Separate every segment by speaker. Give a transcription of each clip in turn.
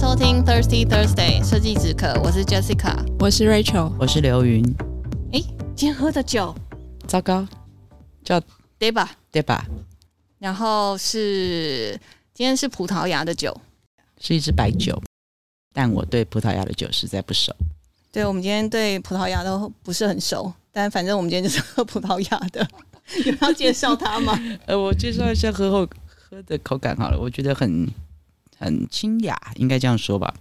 Speaker 1: Thirsty Thursday 设计止渴，我是 Jessica。
Speaker 2: 我是 Rachel，
Speaker 3: 我是刘云。
Speaker 1: 哎，今天喝的酒
Speaker 3: 糟糕，
Speaker 1: 对吧？
Speaker 3: 对吧？
Speaker 1: 然后是今天是葡萄牙的酒，
Speaker 3: 是一支白酒，但我对葡萄牙的酒实在不熟。
Speaker 1: 对我们今天对葡萄牙都不是很熟，但反正我们今天就是喝葡萄牙的。 有要介绍它吗？
Speaker 3: 呃，我介绍一下喝后喝的口感好了，我觉得很很清雅，应该这样说吧，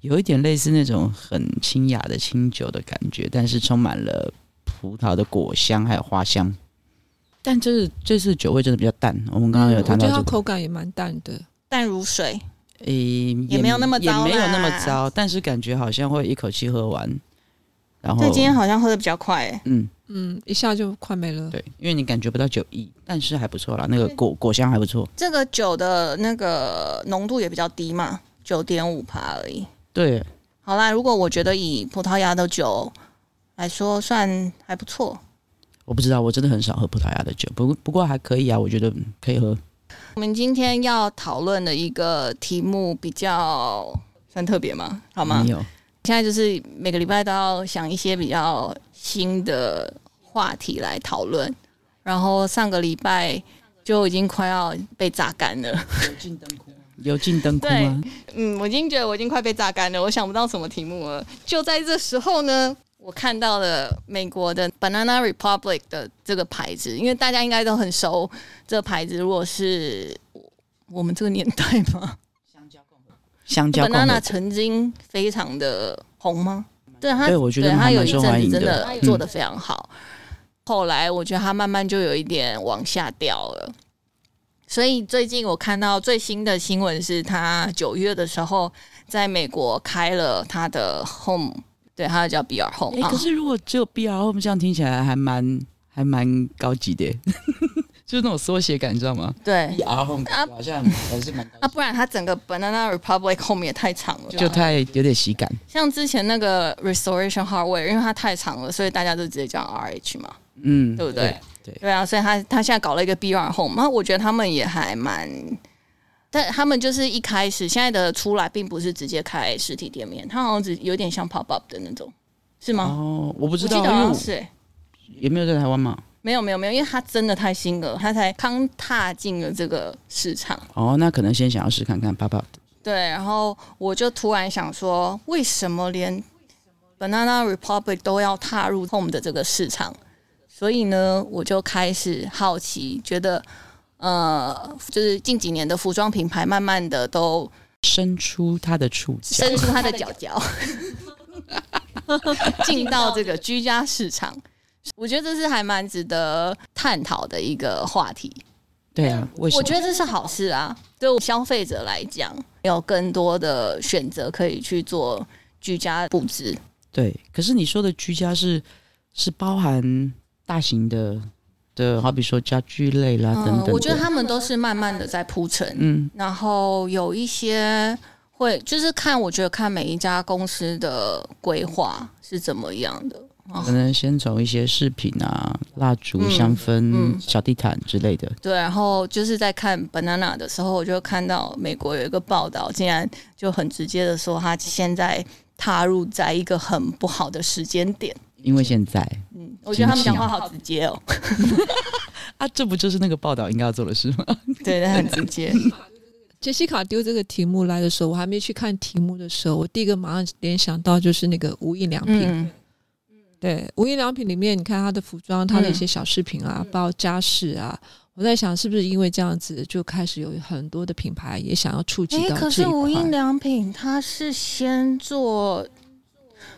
Speaker 3: 有一点类似那种很清雅的清酒的感觉，但是充满了葡萄的果香还有花香。但这是这次酒味真的比较淡，嗯我们刚刚有
Speaker 2: 我
Speaker 3: 谈
Speaker 2: 觉
Speaker 3: 到
Speaker 2: 得
Speaker 3: 这
Speaker 2: 它
Speaker 3: 个，
Speaker 2: 口感也蛮淡的，
Speaker 1: 淡如水，
Speaker 3: 诶、
Speaker 1: 也没有那么
Speaker 3: 也
Speaker 1: 糟
Speaker 3: 没有那么
Speaker 1: 啦
Speaker 3: 糟，但是感觉好像会一口气喝完。然后
Speaker 1: 对，今天好像喝的比较快、哎
Speaker 3: 嗯，
Speaker 2: 嗯，一下就快没
Speaker 1: 嗯
Speaker 2: 了。
Speaker 3: 对，因为你感觉不到酒意，但是还不错啦，那个果果香还不错。
Speaker 1: 这个酒的那个浓度也比较低嘛，九点五帕而已。
Speaker 3: 对，
Speaker 1: 好啦，如果我觉得以葡萄牙的酒来说，算还不错。
Speaker 3: 我不知道，我真的很少喝葡萄牙的酒，不过不过还可以啊，我觉得可以喝。
Speaker 1: 我们今天要讨论的一个题目比较算特别吗？好吗
Speaker 3: 没？有，
Speaker 1: 现在就是每个礼拜都要想一些比较新的话题来讨论，然后上个礼拜就已经快要被榨干了。
Speaker 3: 有进灯窟
Speaker 1: 对
Speaker 3: 吗？
Speaker 1: 嗯，我已经觉得我已经快被榨干了，我想不到什么题目了。就在这时候呢，我看到了美国的 Banana Republic 的这个牌子，因为大家应该都很熟这个牌子。如果是我们这个年代吗？
Speaker 3: 香蕉共
Speaker 1: banana
Speaker 3: 和
Speaker 1: 曾经非常的红吗？对，它
Speaker 3: 对我觉得
Speaker 1: 对它
Speaker 3: 还
Speaker 1: 有
Speaker 3: 蛮
Speaker 1: 一
Speaker 3: 受
Speaker 1: 阵
Speaker 3: 欢
Speaker 1: 子
Speaker 3: 迎
Speaker 1: 真
Speaker 3: 的
Speaker 1: 的
Speaker 3: 嗯
Speaker 1: 做的非常好。后来我觉得它慢慢就有一点往下掉了。所以最近我看到最新的新闻是，它九月的时候在美国开了它的 Home，对，它叫 BR
Speaker 3: 国。哎、
Speaker 1: Home 啊
Speaker 3: 可。是如果只有 B R Home 这样听起来还蛮还蛮高级的耶， 就是那种缩写感，你知道 吗
Speaker 1: 对
Speaker 3: ？B R Home
Speaker 1: 感
Speaker 3: 啊好像还是蛮
Speaker 1: 啊，不然它整个 Banana Republic Home 也太长了吧，
Speaker 3: 就太有点喜感。
Speaker 1: 像之前那个 Restoration Hardware，因为它太长了，所以大家都直接叫 RH 嘛。
Speaker 3: 嗯，
Speaker 1: 对不对？
Speaker 3: 对
Speaker 1: 对啊，所以他他现在搞了一个 BR Home，那我觉得他们也还蛮，但他们就是一开始现在的出来，并不是直接开实体店面，他好像只有点像 pop up 的那种，是吗？
Speaker 3: 哦，我不知
Speaker 1: 嗯我记
Speaker 3: 道，
Speaker 1: 得
Speaker 3: 因
Speaker 1: 好
Speaker 3: 为
Speaker 1: 像
Speaker 3: 我
Speaker 1: 是、欸，
Speaker 3: 也没有在台湾嘛。
Speaker 1: 没有没有没有，因为他真的太新了，他才刚踏进了这个市场。
Speaker 3: 哦，那可能先想要试看看 Pop Up
Speaker 1: 对，然后我就突然想说，为什么连 Banana Republic 都要踏入 Home 的这个市场？所以呢，我就开始好奇，觉得呃，就是近几年的服装品牌慢慢的都
Speaker 3: 伸出它的触角。
Speaker 1: 伸出它的脚脚，进到这个居家市场。我觉得这是还蛮值得探讨的一个话题。
Speaker 3: 对啊，为什
Speaker 1: 我
Speaker 3: 么？
Speaker 1: 觉得这是好事啊，对消费者来讲，有更多的选择可以去做居家布置。
Speaker 3: 对，可是你说的居家是是包含大型的的，好比说家具类啦、啊等等
Speaker 1: 嗯，
Speaker 3: 的。
Speaker 1: 我觉得他们都是慢慢的在铺陈，
Speaker 3: 嗯
Speaker 1: 然后有一些会就是看，我觉得看每一家公司的规划是怎么样的。
Speaker 3: 可能先从一些饰品啊、蜡烛、
Speaker 1: 嗯
Speaker 3: 香氛、
Speaker 1: 嗯
Speaker 3: 小地毯之类的。
Speaker 1: 对，然后就是在看 Banana 的时候，我就看到美国有一个报道，竟然就很直接的说，他现在踏入在一个很不好的时间点。
Speaker 3: 因为现在
Speaker 1: 嗯，我觉得他们讲话好直接哦。
Speaker 3: 啊，这不就是那个报道应该要做的事 吗？
Speaker 1: 对，但很直 接。
Speaker 2: 杰西卡丢这个题目来的时候，我还没去看题目的时候，我第一个马上联想到就是那个无印良品。
Speaker 1: 嗯，
Speaker 2: 对，无印良品里面，你看它的服装，它的一些小饰品啊，
Speaker 1: 嗯
Speaker 2: 包括家饰啊。我在想，是不是因为这样子，就开始有很多的品牌也想要触及
Speaker 1: 哎、
Speaker 2: 到
Speaker 1: 可
Speaker 2: 这
Speaker 1: 是
Speaker 2: 一
Speaker 1: 无印
Speaker 2: 块？
Speaker 1: 良品它是先做，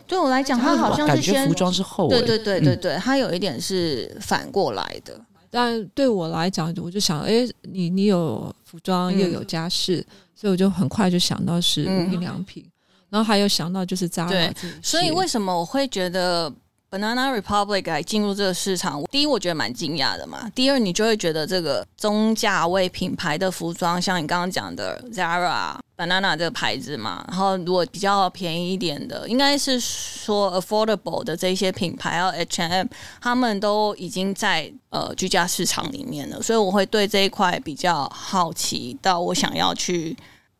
Speaker 1: 对我来讲，它好像
Speaker 3: 感
Speaker 1: 是
Speaker 3: 觉
Speaker 1: 先
Speaker 3: 服。装是后
Speaker 1: 对
Speaker 3: 尾的。嗯
Speaker 1: 对对对对，它有一点是反过来的，
Speaker 2: 但对我来讲，我就想，哎，你你有服装
Speaker 1: 嗯
Speaker 2: 又有家饰，所以我就很快就想到是
Speaker 1: 嗯
Speaker 2: 无印良品，然后还有想到就是 Zara
Speaker 1: 对
Speaker 2: 这一些
Speaker 1: 所以为什么我会觉得 Banana Republic 来进入这个市场，第一我觉得蛮惊讶的嘛，第二你就会觉得这个中价位品牌的服装，像你刚刚讲的 Zara、Banana 这个牌子嘛，然后如果比较便宜一点的，应该是说 affordable 的这些品牌，还有 H&M，他们都已经在呃居家市场里面了，所以我会对这一块比较好奇，到我想要去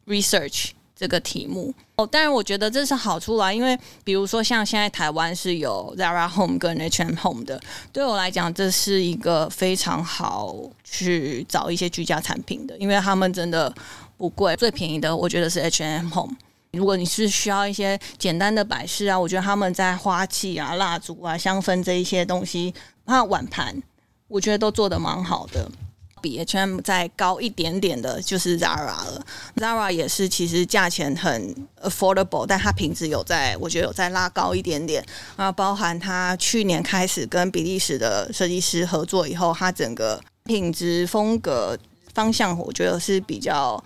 Speaker 1: research 这个题目哦。当然，我觉得这是好处啦，因为比如说像现在台湾是有 Zara Home 跟 H&M Home 的，对我来讲，这是一个非常好去找一些居家产品的，因为他们真的不贵，最便宜的我觉得是 H&M Home。如果你是需要一些简单的摆饰啊，我觉得他们在花器啊、蜡烛啊、香氛这一些东西，还有碗盘，我觉得都做的蛮好的。比 H&M 再高一点点的就是 Zara 了，Zara 也是其实价钱很 affordable，但它品质有在，我觉得有在拉高一点点。啊，包含它去年开始跟比利时的设计师合作以后，它整个品质风格方向，我觉得是比较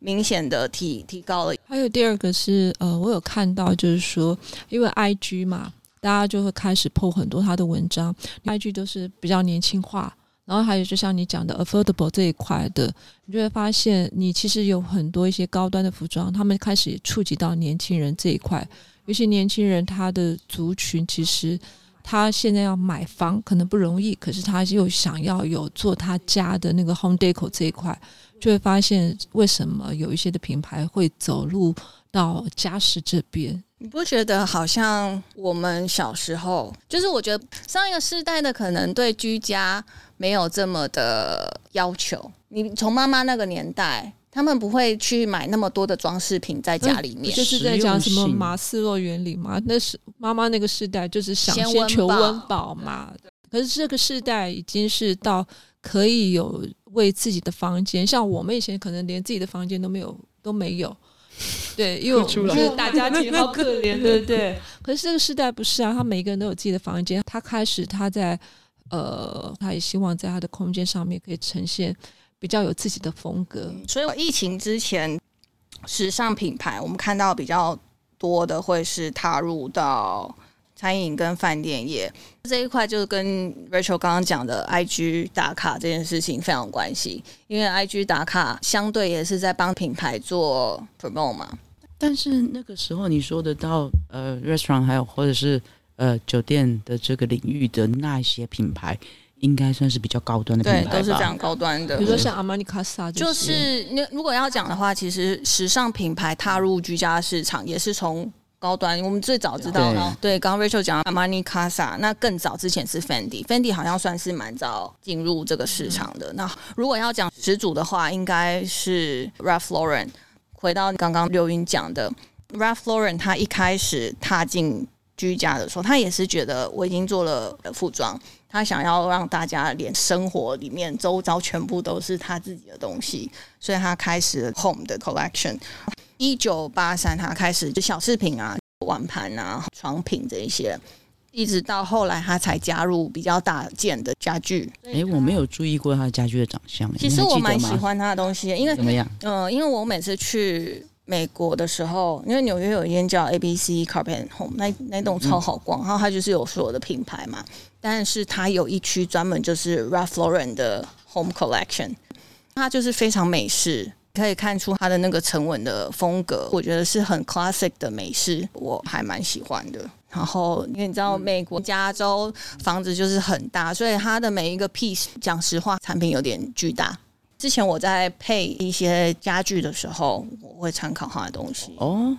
Speaker 1: 明显的提提高了。
Speaker 2: 还有第二个是，呃，我有看到就是说，因为 I G 嘛，大家就会开始 PO 很多他的文章，I G 都是比较年轻化。然后还有就像你讲的 affordable 这一块的，你就会发现你其实有很多一些高端的服装，他们开始也触及到年轻人这一块。尤其年轻人他的族群，其实他现在要买房可能不容易，可是他又想要有做他家的那个 home decor 这一块，就会发现为什么有一些的品牌会走入到家饰这边。
Speaker 1: 你不觉得好像我们小时候，就是我觉得上一个世代的可能对居家没有这么的要求。你从妈妈那个年代，他们不会去买那么多的装饰品在家里
Speaker 2: 不
Speaker 1: 面。
Speaker 2: 就是在讲什
Speaker 3: 实用
Speaker 2: 么
Speaker 3: 性
Speaker 2: 马斯洛原理嘛？那是妈妈那个世代，就是想
Speaker 1: 先
Speaker 2: 先求
Speaker 1: 温饱
Speaker 2: 温饱嘛。可是这个世代已经是到可以有为自己的房间，像我们以前可能连自己的房间都没有都没有。 对，因为我
Speaker 3: 哭出
Speaker 2: 们
Speaker 3: 来
Speaker 2: 是大家庭，好可 怜，对不对？可是这个世代不是啊，他每一个人都有自己的房间，他开始他在呃，他也希望在他的空间上面可以呈现比较有自己的风格。
Speaker 1: 所以疫情之前，时尚品牌我们看到比较多的会是踏入到餐饮跟饭店业这一块，就是跟 Rachel 刚刚讲的 IG 打卡这件事情非常有关系，因为 IG 打卡相对也是在帮品牌做 promote 嘛。
Speaker 3: 但是那个时候你说得到呃 restaurant 还有或者是呃酒店的这个领域的那些品牌，应该算是比较高端的品
Speaker 1: 对，
Speaker 3: 牌吧？
Speaker 1: 都是非常高端的。
Speaker 2: 比如说像阿玛尼卡萨，
Speaker 1: 就是那如果要讲的话，其实时尚品牌踏入居家市场也是从高端，我们最早知道
Speaker 3: 对
Speaker 1: 对，刚刚 Rachel 讲阿玛尼、卡萨，那更早之前是 Fendi，Fendi 好像算是蛮早进入这个市场的。那如果要讲始祖的话，应该是 Ralph Lauren。回到刚刚刘云讲的，Ralph Lauren 他一开始踏进居家的时候，他也是觉得我已经做了服装，他想要让大家连生活里面周遭全部都是他自己的东西，所以他开始了 Home 的 collection。一九八三，他开始就小饰品啊、碗盘啊、床品这一些，一直到后来他才加入比较大件的家具。啊
Speaker 3: 哎、我没有注意过他家具的长相、
Speaker 1: 其
Speaker 3: 你
Speaker 1: 实
Speaker 3: 还
Speaker 1: 我
Speaker 3: 记得
Speaker 1: 蛮
Speaker 3: 吗
Speaker 1: 喜欢他的东西的，因为
Speaker 3: 怎么样？
Speaker 1: 嗯，因为我每次去美国的时候，因为纽约有一间叫 ABC Carpet and Home，那那
Speaker 3: 嗯
Speaker 1: 栋超好逛，然后它就是有所有的品牌嘛，但是它有一区专门就是 Ralph Lauren 的 Home Collection，它就是非常美式。可以看出它的那个沉稳的风格，我觉得是很 classic 的美式，我还蛮喜欢的。然后，因为你知道美国加州房子就是很大，所以它的每一个 piece，讲实话，产品有点巨大。之前我在配一些家具的时候，我会参考他的东西。
Speaker 3: 哦，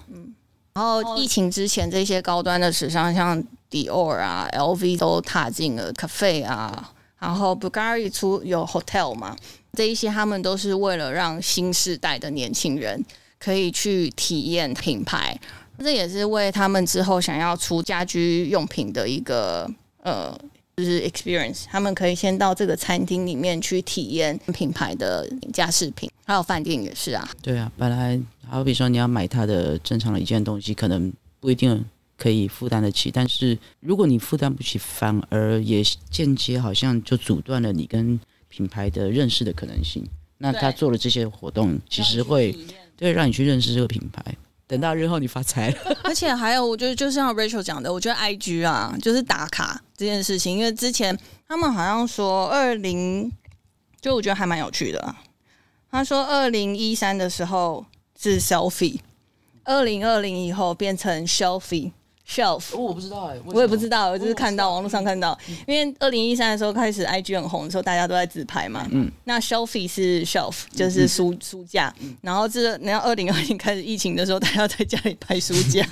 Speaker 1: 然后疫情之前，这些高端的时尚，像 Dior 啊、LV 都踏进了 cafe 啊，然后 Bulgari 出有 hotel 嘛，这一些他们都是为了让新世代的年轻人可以去体验品牌，这也是为他们之后想要出家居用品的一个呃。就是 experience，他们可以先到这个餐厅里面去体验品牌的家饰品，还有饭店也是啊，
Speaker 3: 对啊，本来好比说你要买他的正常的一件东西，可能不一定可以负担得起，但是如果你负担不起，反而也间接好像就阻断了你跟品牌的认识的可能性。那他
Speaker 1: 对
Speaker 3: 做了这些活动，其实会对让你去认识这个品牌。等到日后你发财 了，
Speaker 1: 而且还有，我觉得就像 Rachel 讲的，我觉得 IG 啊，就是打卡这件事情，因为之前他们好像说二零，就我觉得还蛮有趣的啊。他说二零一三的时候是 selfie，二零二零以后变成 selfie， shelf。
Speaker 3: 我不知道哎，
Speaker 1: 我也不知道，我就是看到网络上看到，因为二零一三的时候开始 IG 很红的时候，大家都在自拍嘛。
Speaker 3: 嗯
Speaker 1: 那 selfie 是 shelf，就是书、书架，然后这然后二零二零开始疫情的时候，大家在家里拍书架，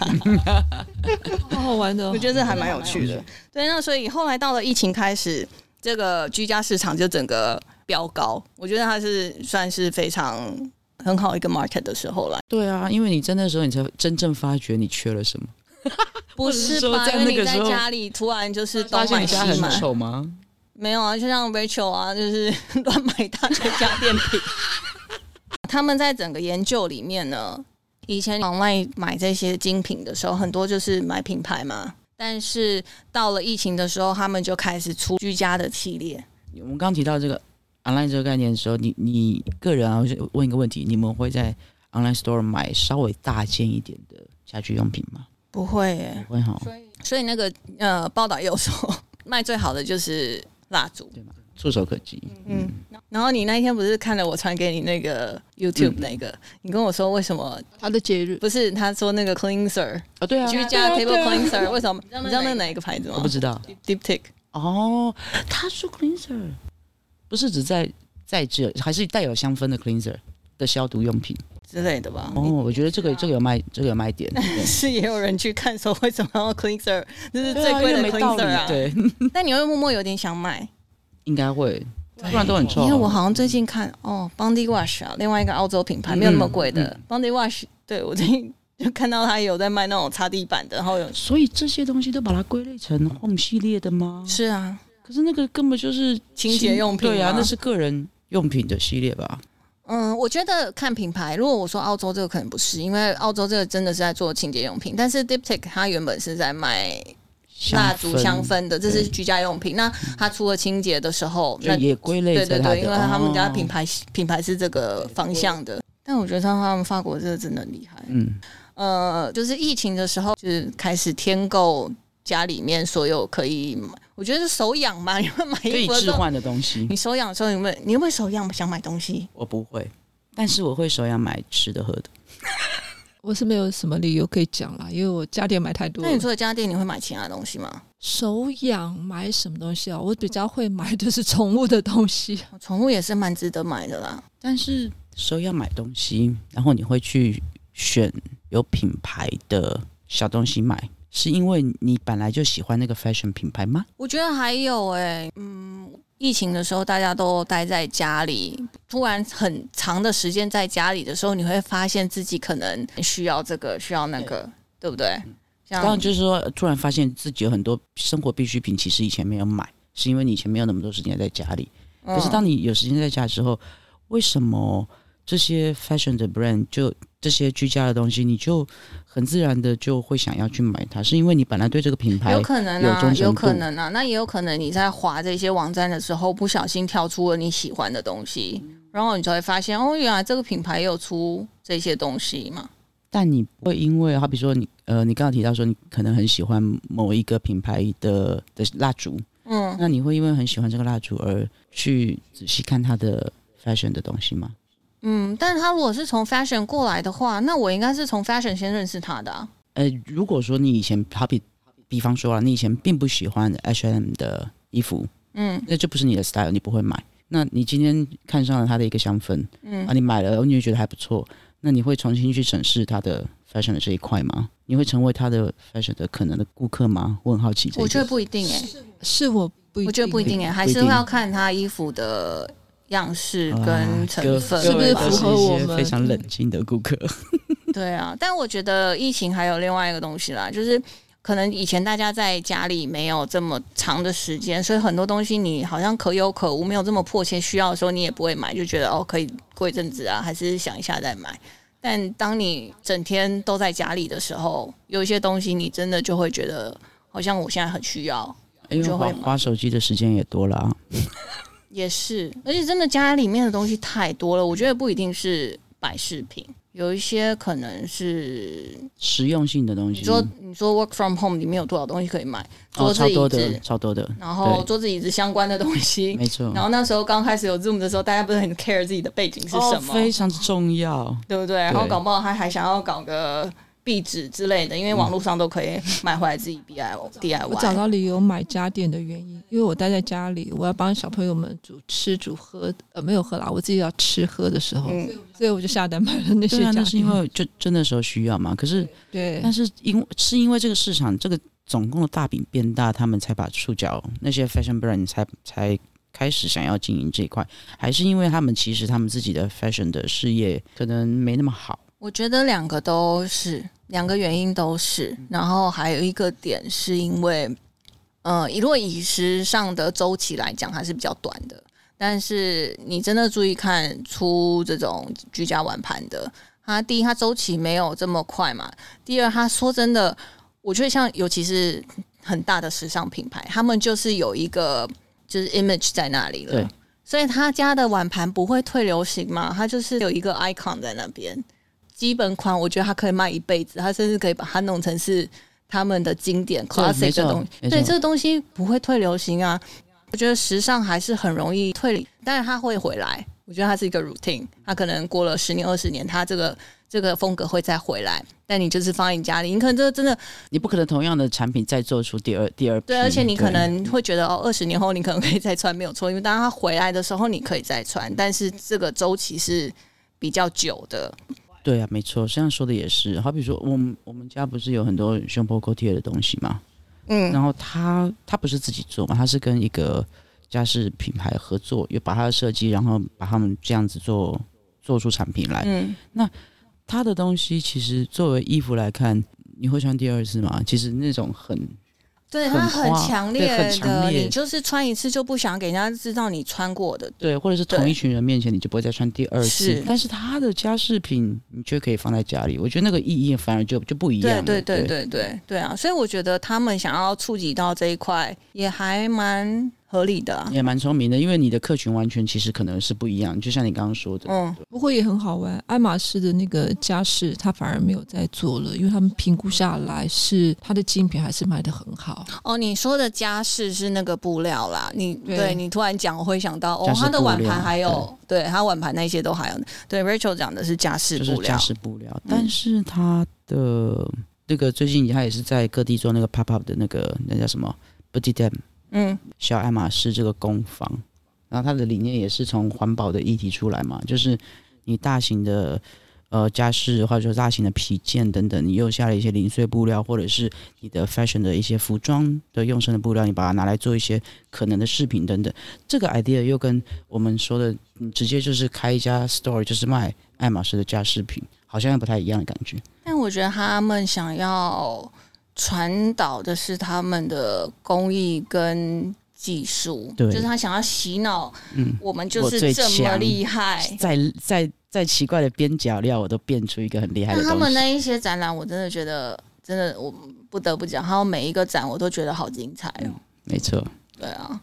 Speaker 2: 好好玩的哦
Speaker 1: 我。觉得这还蛮有趣的。对，那所以后来到了疫情开始，这个居家市场就整个飙高，我觉得它是算是非常很好一个 market 的时候了。
Speaker 3: 对啊，因为你在那时候，你才真正发觉你缺了什么。
Speaker 1: 不是
Speaker 3: 或者
Speaker 1: 吧？
Speaker 3: 是说在
Speaker 1: 因为
Speaker 3: 那
Speaker 1: 你
Speaker 3: 个
Speaker 1: 在
Speaker 3: 时候
Speaker 1: 家里突然就是东
Speaker 3: 发现
Speaker 1: 买
Speaker 3: 你
Speaker 1: 西
Speaker 3: 家很
Speaker 1: 买，
Speaker 3: 丑吗？
Speaker 1: 没有啊，就像 Rachel 啊，就是 乱买大家家电品。他们在整个研究里面呢，以前往外买这些精品的时候，很多就是买品牌嘛。但是到了疫情的时候，他们就开始出居家的系列。
Speaker 3: 我们刚提到这个 online 这个概念的时候，你你个人啊，我就问一个问题：你们会在 online store 买稍微大件一点的家居用品吗？
Speaker 1: 不会耶，
Speaker 3: 不会哈，
Speaker 1: 所以那个呃报道也有说， 卖最好的就是蜡烛。
Speaker 3: 触手可及。
Speaker 1: 嗯，然后你那一天不是看了我传给你那个
Speaker 3: 嗯
Speaker 1: YouTube 那个，你跟我说为什么
Speaker 2: 它的节日
Speaker 1: 不是？他说那个 cleanser
Speaker 3: 哦，对啊，
Speaker 1: 居家 table
Speaker 3: 对啊
Speaker 1: cleanser 为什么？你知道那哪一个牌子吗？
Speaker 3: 我不知道。
Speaker 1: Diptic
Speaker 3: 哦，他说 cleanser 不是只在在这，还是带有香氛的 cleanser 的消毒用品。
Speaker 1: 之类的吧。
Speaker 3: 哦，我觉得这
Speaker 1: 啊
Speaker 3: 个这个有卖，这个有卖 点。对
Speaker 1: 是也有人去看说为什么要 cleanser，这是
Speaker 3: 对
Speaker 1: 最
Speaker 3: 啊
Speaker 1: 贵
Speaker 3: 因
Speaker 1: 的
Speaker 3: 为没道
Speaker 1: cleanser 啊。
Speaker 3: 理，对，
Speaker 1: 但你会默默有点想买，
Speaker 3: 应该会，不然都很臭。
Speaker 1: 因为我好像最近看哦，Bondi Wash 啊，另外一个澳洲品牌没有那么贵的、Bondi Wash，对我最近就看到他有在卖那种擦地板的，然后有
Speaker 3: 所以这些东西都把它归类成 home 系列的吗？
Speaker 1: 是啊，
Speaker 3: 可是那个根本就是
Speaker 1: 清洁用品
Speaker 3: 对啊
Speaker 1: 吗，
Speaker 3: 那是个人用品的系列吧？
Speaker 1: 嗯，我觉得看品牌。如果我说澳洲这个可能不是，因为澳洲这个真的是在做清洁用品，但是 Diptic 它原本是在卖蜡烛香
Speaker 3: 香氛，
Speaker 1: 氛的，这是居家用品。那它除了清洁的时候，
Speaker 3: 就
Speaker 1: 那
Speaker 3: 也归类
Speaker 1: 对
Speaker 3: 在
Speaker 1: 对
Speaker 3: 它的
Speaker 1: 对，因为他们家品
Speaker 3: 哦
Speaker 1: 牌、品牌是这个方向的。但我觉得他们法国这个真的很厉害。
Speaker 3: 嗯，
Speaker 1: 呃，就是疫情的时候，就是开始添购家里面所有可以买，我觉得是手痒嘛，你会买
Speaker 3: 可
Speaker 1: 衣
Speaker 3: 以
Speaker 1: 服的时
Speaker 3: 置
Speaker 1: 候，
Speaker 3: 换的东西
Speaker 1: 你，手痒的时候，你会你会不会手痒想买东西？
Speaker 3: 我不会，但是我会手痒买吃的喝的。
Speaker 2: 我是没有什么理由可以讲啦，因为我家电买太多
Speaker 1: 那
Speaker 2: 了
Speaker 1: 你。除了家电，你会买其他东西吗？
Speaker 2: 手痒买什么东西啊？我比较会买的是宠物的东西。
Speaker 1: 宠物也是蛮值得买的啦。
Speaker 3: 但是手痒买东西，然后你会去选有品牌的小东西买，是因为你本来就喜欢那个 fashion 品牌吗？
Speaker 1: 我觉得还有哎、嗯，疫情的时候大家都待在家里，突然很长的时间在家里的时候，你会发现自己可能需要这个，需要那个，对不对？
Speaker 3: 当然
Speaker 1: 像
Speaker 3: 就是说，突然发现自己有很多生活必需品，其实以前没有买，是因为你以前没有那么多时间在家里。可是当
Speaker 1: 你、
Speaker 3: 你有时间在家之后，为什么这些 fashion 的 brand 就这些居家的东西，你就很自然的就会想要去买它？是因为你本来对这个品牌
Speaker 1: 有可能
Speaker 3: 有忠
Speaker 1: 啊
Speaker 3: 诚，度
Speaker 1: 有可能啊，那也有可能你在划这些网站的时候，不小心跳出了你喜欢的东西，然后你才会发现哦，原来这个品牌也有出这些东西嘛。
Speaker 3: 但你不会因为，好比说你呃，你刚刚提到说你可能很喜欢某一个品牌的的蜡烛，
Speaker 1: 嗯，
Speaker 3: 那你会因为很喜欢这个蜡烛而去仔细看它的 fashion 的东西吗？
Speaker 1: 嗯，但是他如果是从 fashion 过来的话，那我应该是从 fashion 先认识他的、啊。
Speaker 3: 呃，如果说你以前好比比方说啊，你以前并不喜欢 H&M 的衣服，
Speaker 1: 嗯
Speaker 3: 那这不是你的 style，你不会买。那你今天看上了它的一个香氛
Speaker 1: 嗯
Speaker 3: 啊，，你买了，你就觉得还不错，那你会重新去审视它的 fashion 的这一块吗？你会成为它的 fashion 的可能的顾客吗？我很好奇这一
Speaker 1: 我觉得
Speaker 3: 点。
Speaker 1: 不一定哎、
Speaker 2: 是我不一定，
Speaker 1: 我觉得不一定哎、还
Speaker 3: 不一
Speaker 1: 是
Speaker 3: 定
Speaker 1: 会要看他衣服的样式跟
Speaker 3: 啊各
Speaker 1: 成分，
Speaker 2: 是不是
Speaker 3: 各位都
Speaker 2: 符合我
Speaker 3: 一些
Speaker 2: 们
Speaker 3: 非常冷静的顾 客？
Speaker 1: 对啊，但我觉得疫情还有另外一个东西啦，就是可能以前大家在家里没有这么长的时间，所以很多东西你好像可有可无，没有这么迫切需要的时候，你也不会买，就觉得哦可以过一阵子啊，还是想一下再买。但当你整天都在家里的时候，有一些东西你真的就会觉得，好像我现在很需要，
Speaker 3: 因为
Speaker 1: 就
Speaker 3: 花
Speaker 1: 会买
Speaker 3: 花手机的时间也多了啊。
Speaker 1: 也是，而且真的家里面的东西太多了，我觉得不一定是摆饰品，有一些可能是
Speaker 3: 实用性的东西，
Speaker 1: 你说你说 work from home 里面有多少东西可以买？桌
Speaker 3: 哦，
Speaker 1: 子、
Speaker 3: 超
Speaker 1: 椅
Speaker 3: 多
Speaker 1: 子
Speaker 3: 的，，超多的，
Speaker 1: 然后
Speaker 3: 对
Speaker 1: 桌子椅子相关的东西。
Speaker 3: 没错。
Speaker 1: 然后那时候刚开始有 Zoom 的时候，大家不是很 care 自己的背景是什
Speaker 3: 哦
Speaker 1: 么，
Speaker 3: 非常重要。
Speaker 1: 对不对？然后
Speaker 3: 对
Speaker 1: 搞不好他还想要搞个壁纸之类的，因为网络上都可以买回来自己 DIY。
Speaker 2: 我找
Speaker 1: DIY，
Speaker 2: 到理由买家电的原因，因为我待在家里，我要帮小朋友们煮吃煮喝，呃，没有喝啦，我自己要吃喝的时候，
Speaker 1: 嗯，
Speaker 2: 所以我就下单买了那些
Speaker 3: 对啊，
Speaker 2: 家
Speaker 3: 那是因
Speaker 2: 电。
Speaker 3: 为就就那时候需要嘛。可是，
Speaker 2: 对
Speaker 3: 但是因为是因为这个市场这个总共的大饼变大，他们才把触角那些 fashion brand 才才开始想要经营这一块，还是因为他们其实他们自己的 fashion 的事业可能没那么好。
Speaker 1: 我觉得两个都是，两个原因都是。
Speaker 3: 嗯
Speaker 1: 然后还有一个点是因为，呃，如果以时尚的周期来讲，还是比较短的。但是你真的注意看出这种居家玩盘的，它第一它周期没有这么快嘛，第二它说真的，我觉得像尤其是很大的时尚品牌，他们就是有一个就是 image 在那里了
Speaker 3: 对。
Speaker 1: 所以他家的碗盘不会退流行嘛？它就是有一个 icon 在那边，基本款，我觉得它可以卖一辈子，它甚至可以把它弄成是他们的经典
Speaker 3: 对没
Speaker 1: classic
Speaker 3: 错
Speaker 1: 的东
Speaker 3: 没
Speaker 1: 西。
Speaker 3: 错
Speaker 1: 对，这个东西不会退流行啊。我觉得时尚还是很容易退，但是它会回来。我觉得它是一个 routine，它可能过了十年、二十年，它这个这个风格会再回来。但你就是放在你家里，你可能这个真的
Speaker 3: 你不可能同样的产品再做出第二第二批
Speaker 1: 对，而且你可能会觉得哦，二十年后你可能可以再穿，没有错，因为当它回来的时候你可以再穿，但是这个周期是比较久的。
Speaker 3: 对啊，没错，这样说的也是。好比说，我们我们家不是有很多胸部扣贴的东西嘛，
Speaker 1: 嗯
Speaker 3: 然后他他不是自己做嘛，他是跟一个家饰品牌合作，有把他的设计，然后把他们这样子做做出产品来。
Speaker 1: 嗯，
Speaker 3: 他的东西其实作为衣服来看，你会穿第二次吗？其实那种很
Speaker 1: 对，
Speaker 3: 很
Speaker 1: 它很
Speaker 3: 花
Speaker 1: 强
Speaker 3: 对
Speaker 1: 烈
Speaker 3: 很强
Speaker 1: 的，
Speaker 3: 烈
Speaker 1: 你就是穿一次就不想给人家知道你穿过的。
Speaker 3: 对，或者是同
Speaker 1: 对
Speaker 3: 一群人面前你就不会再穿第二次。
Speaker 1: 是
Speaker 3: 但是他的家饰品你却可以放在家里，我觉得那个意义反而就就不一样
Speaker 1: 对对
Speaker 3: 了。
Speaker 1: 对
Speaker 3: 对
Speaker 1: 对对对啊！所以我觉得他们想要触及到这一块也还蛮合理的啊、
Speaker 3: 也蛮聪明的，因为你的客群完全其实可能是不一样，就像你刚刚说的，
Speaker 1: 嗯，
Speaker 2: 不过也很好玩。爱马仕的那个家饰，它反而没有再做了，因为他们评估下来是它的精品还是卖的很好。
Speaker 1: 哦，你说的家饰是那个布料啦，你
Speaker 2: 对
Speaker 1: 对你突然讲，我会想到哦
Speaker 3: 家，饰
Speaker 1: 它的
Speaker 3: 布
Speaker 1: 碗
Speaker 3: 料
Speaker 1: 盘还有，对它碗盘那些都还有。对，Rachel 讲的是家饰
Speaker 3: 就是
Speaker 1: 布料
Speaker 3: 家，饰布料。但是它的那个最近它也是在各地做那个 pop up 的那个那叫什么 b o d y d a m
Speaker 1: 嗯
Speaker 3: 小爱马仕这个工坊，然后它的理念也是从环保的议题出来嘛，就是你大型的呃家饰或者说大型的皮件等等，你用下了一些零碎布料，或者是你的 fashion 的一些服装的用剩的布料，你把它拿来做一些可能的饰品等等。这个 idea 又跟我们说的，你直接就是开一家 store，就是卖爱马仕的家饰品，好像又不太一样的感觉。
Speaker 1: 但我觉得他们想要传导的是他们的工艺跟技术，
Speaker 3: 对
Speaker 1: 就是他想要洗脑，
Speaker 3: 嗯，
Speaker 1: 我们就
Speaker 3: 我最
Speaker 1: 是这么
Speaker 3: 强
Speaker 1: 厉害。
Speaker 3: 在在在奇怪的边角料，我都变出一个很厉害的
Speaker 1: 那
Speaker 3: 东西。
Speaker 1: 他们那一些展览，我真的觉得，真的我不得不讲，还有每一个展我都觉得好精彩哦。
Speaker 3: 没错。
Speaker 1: 对啊，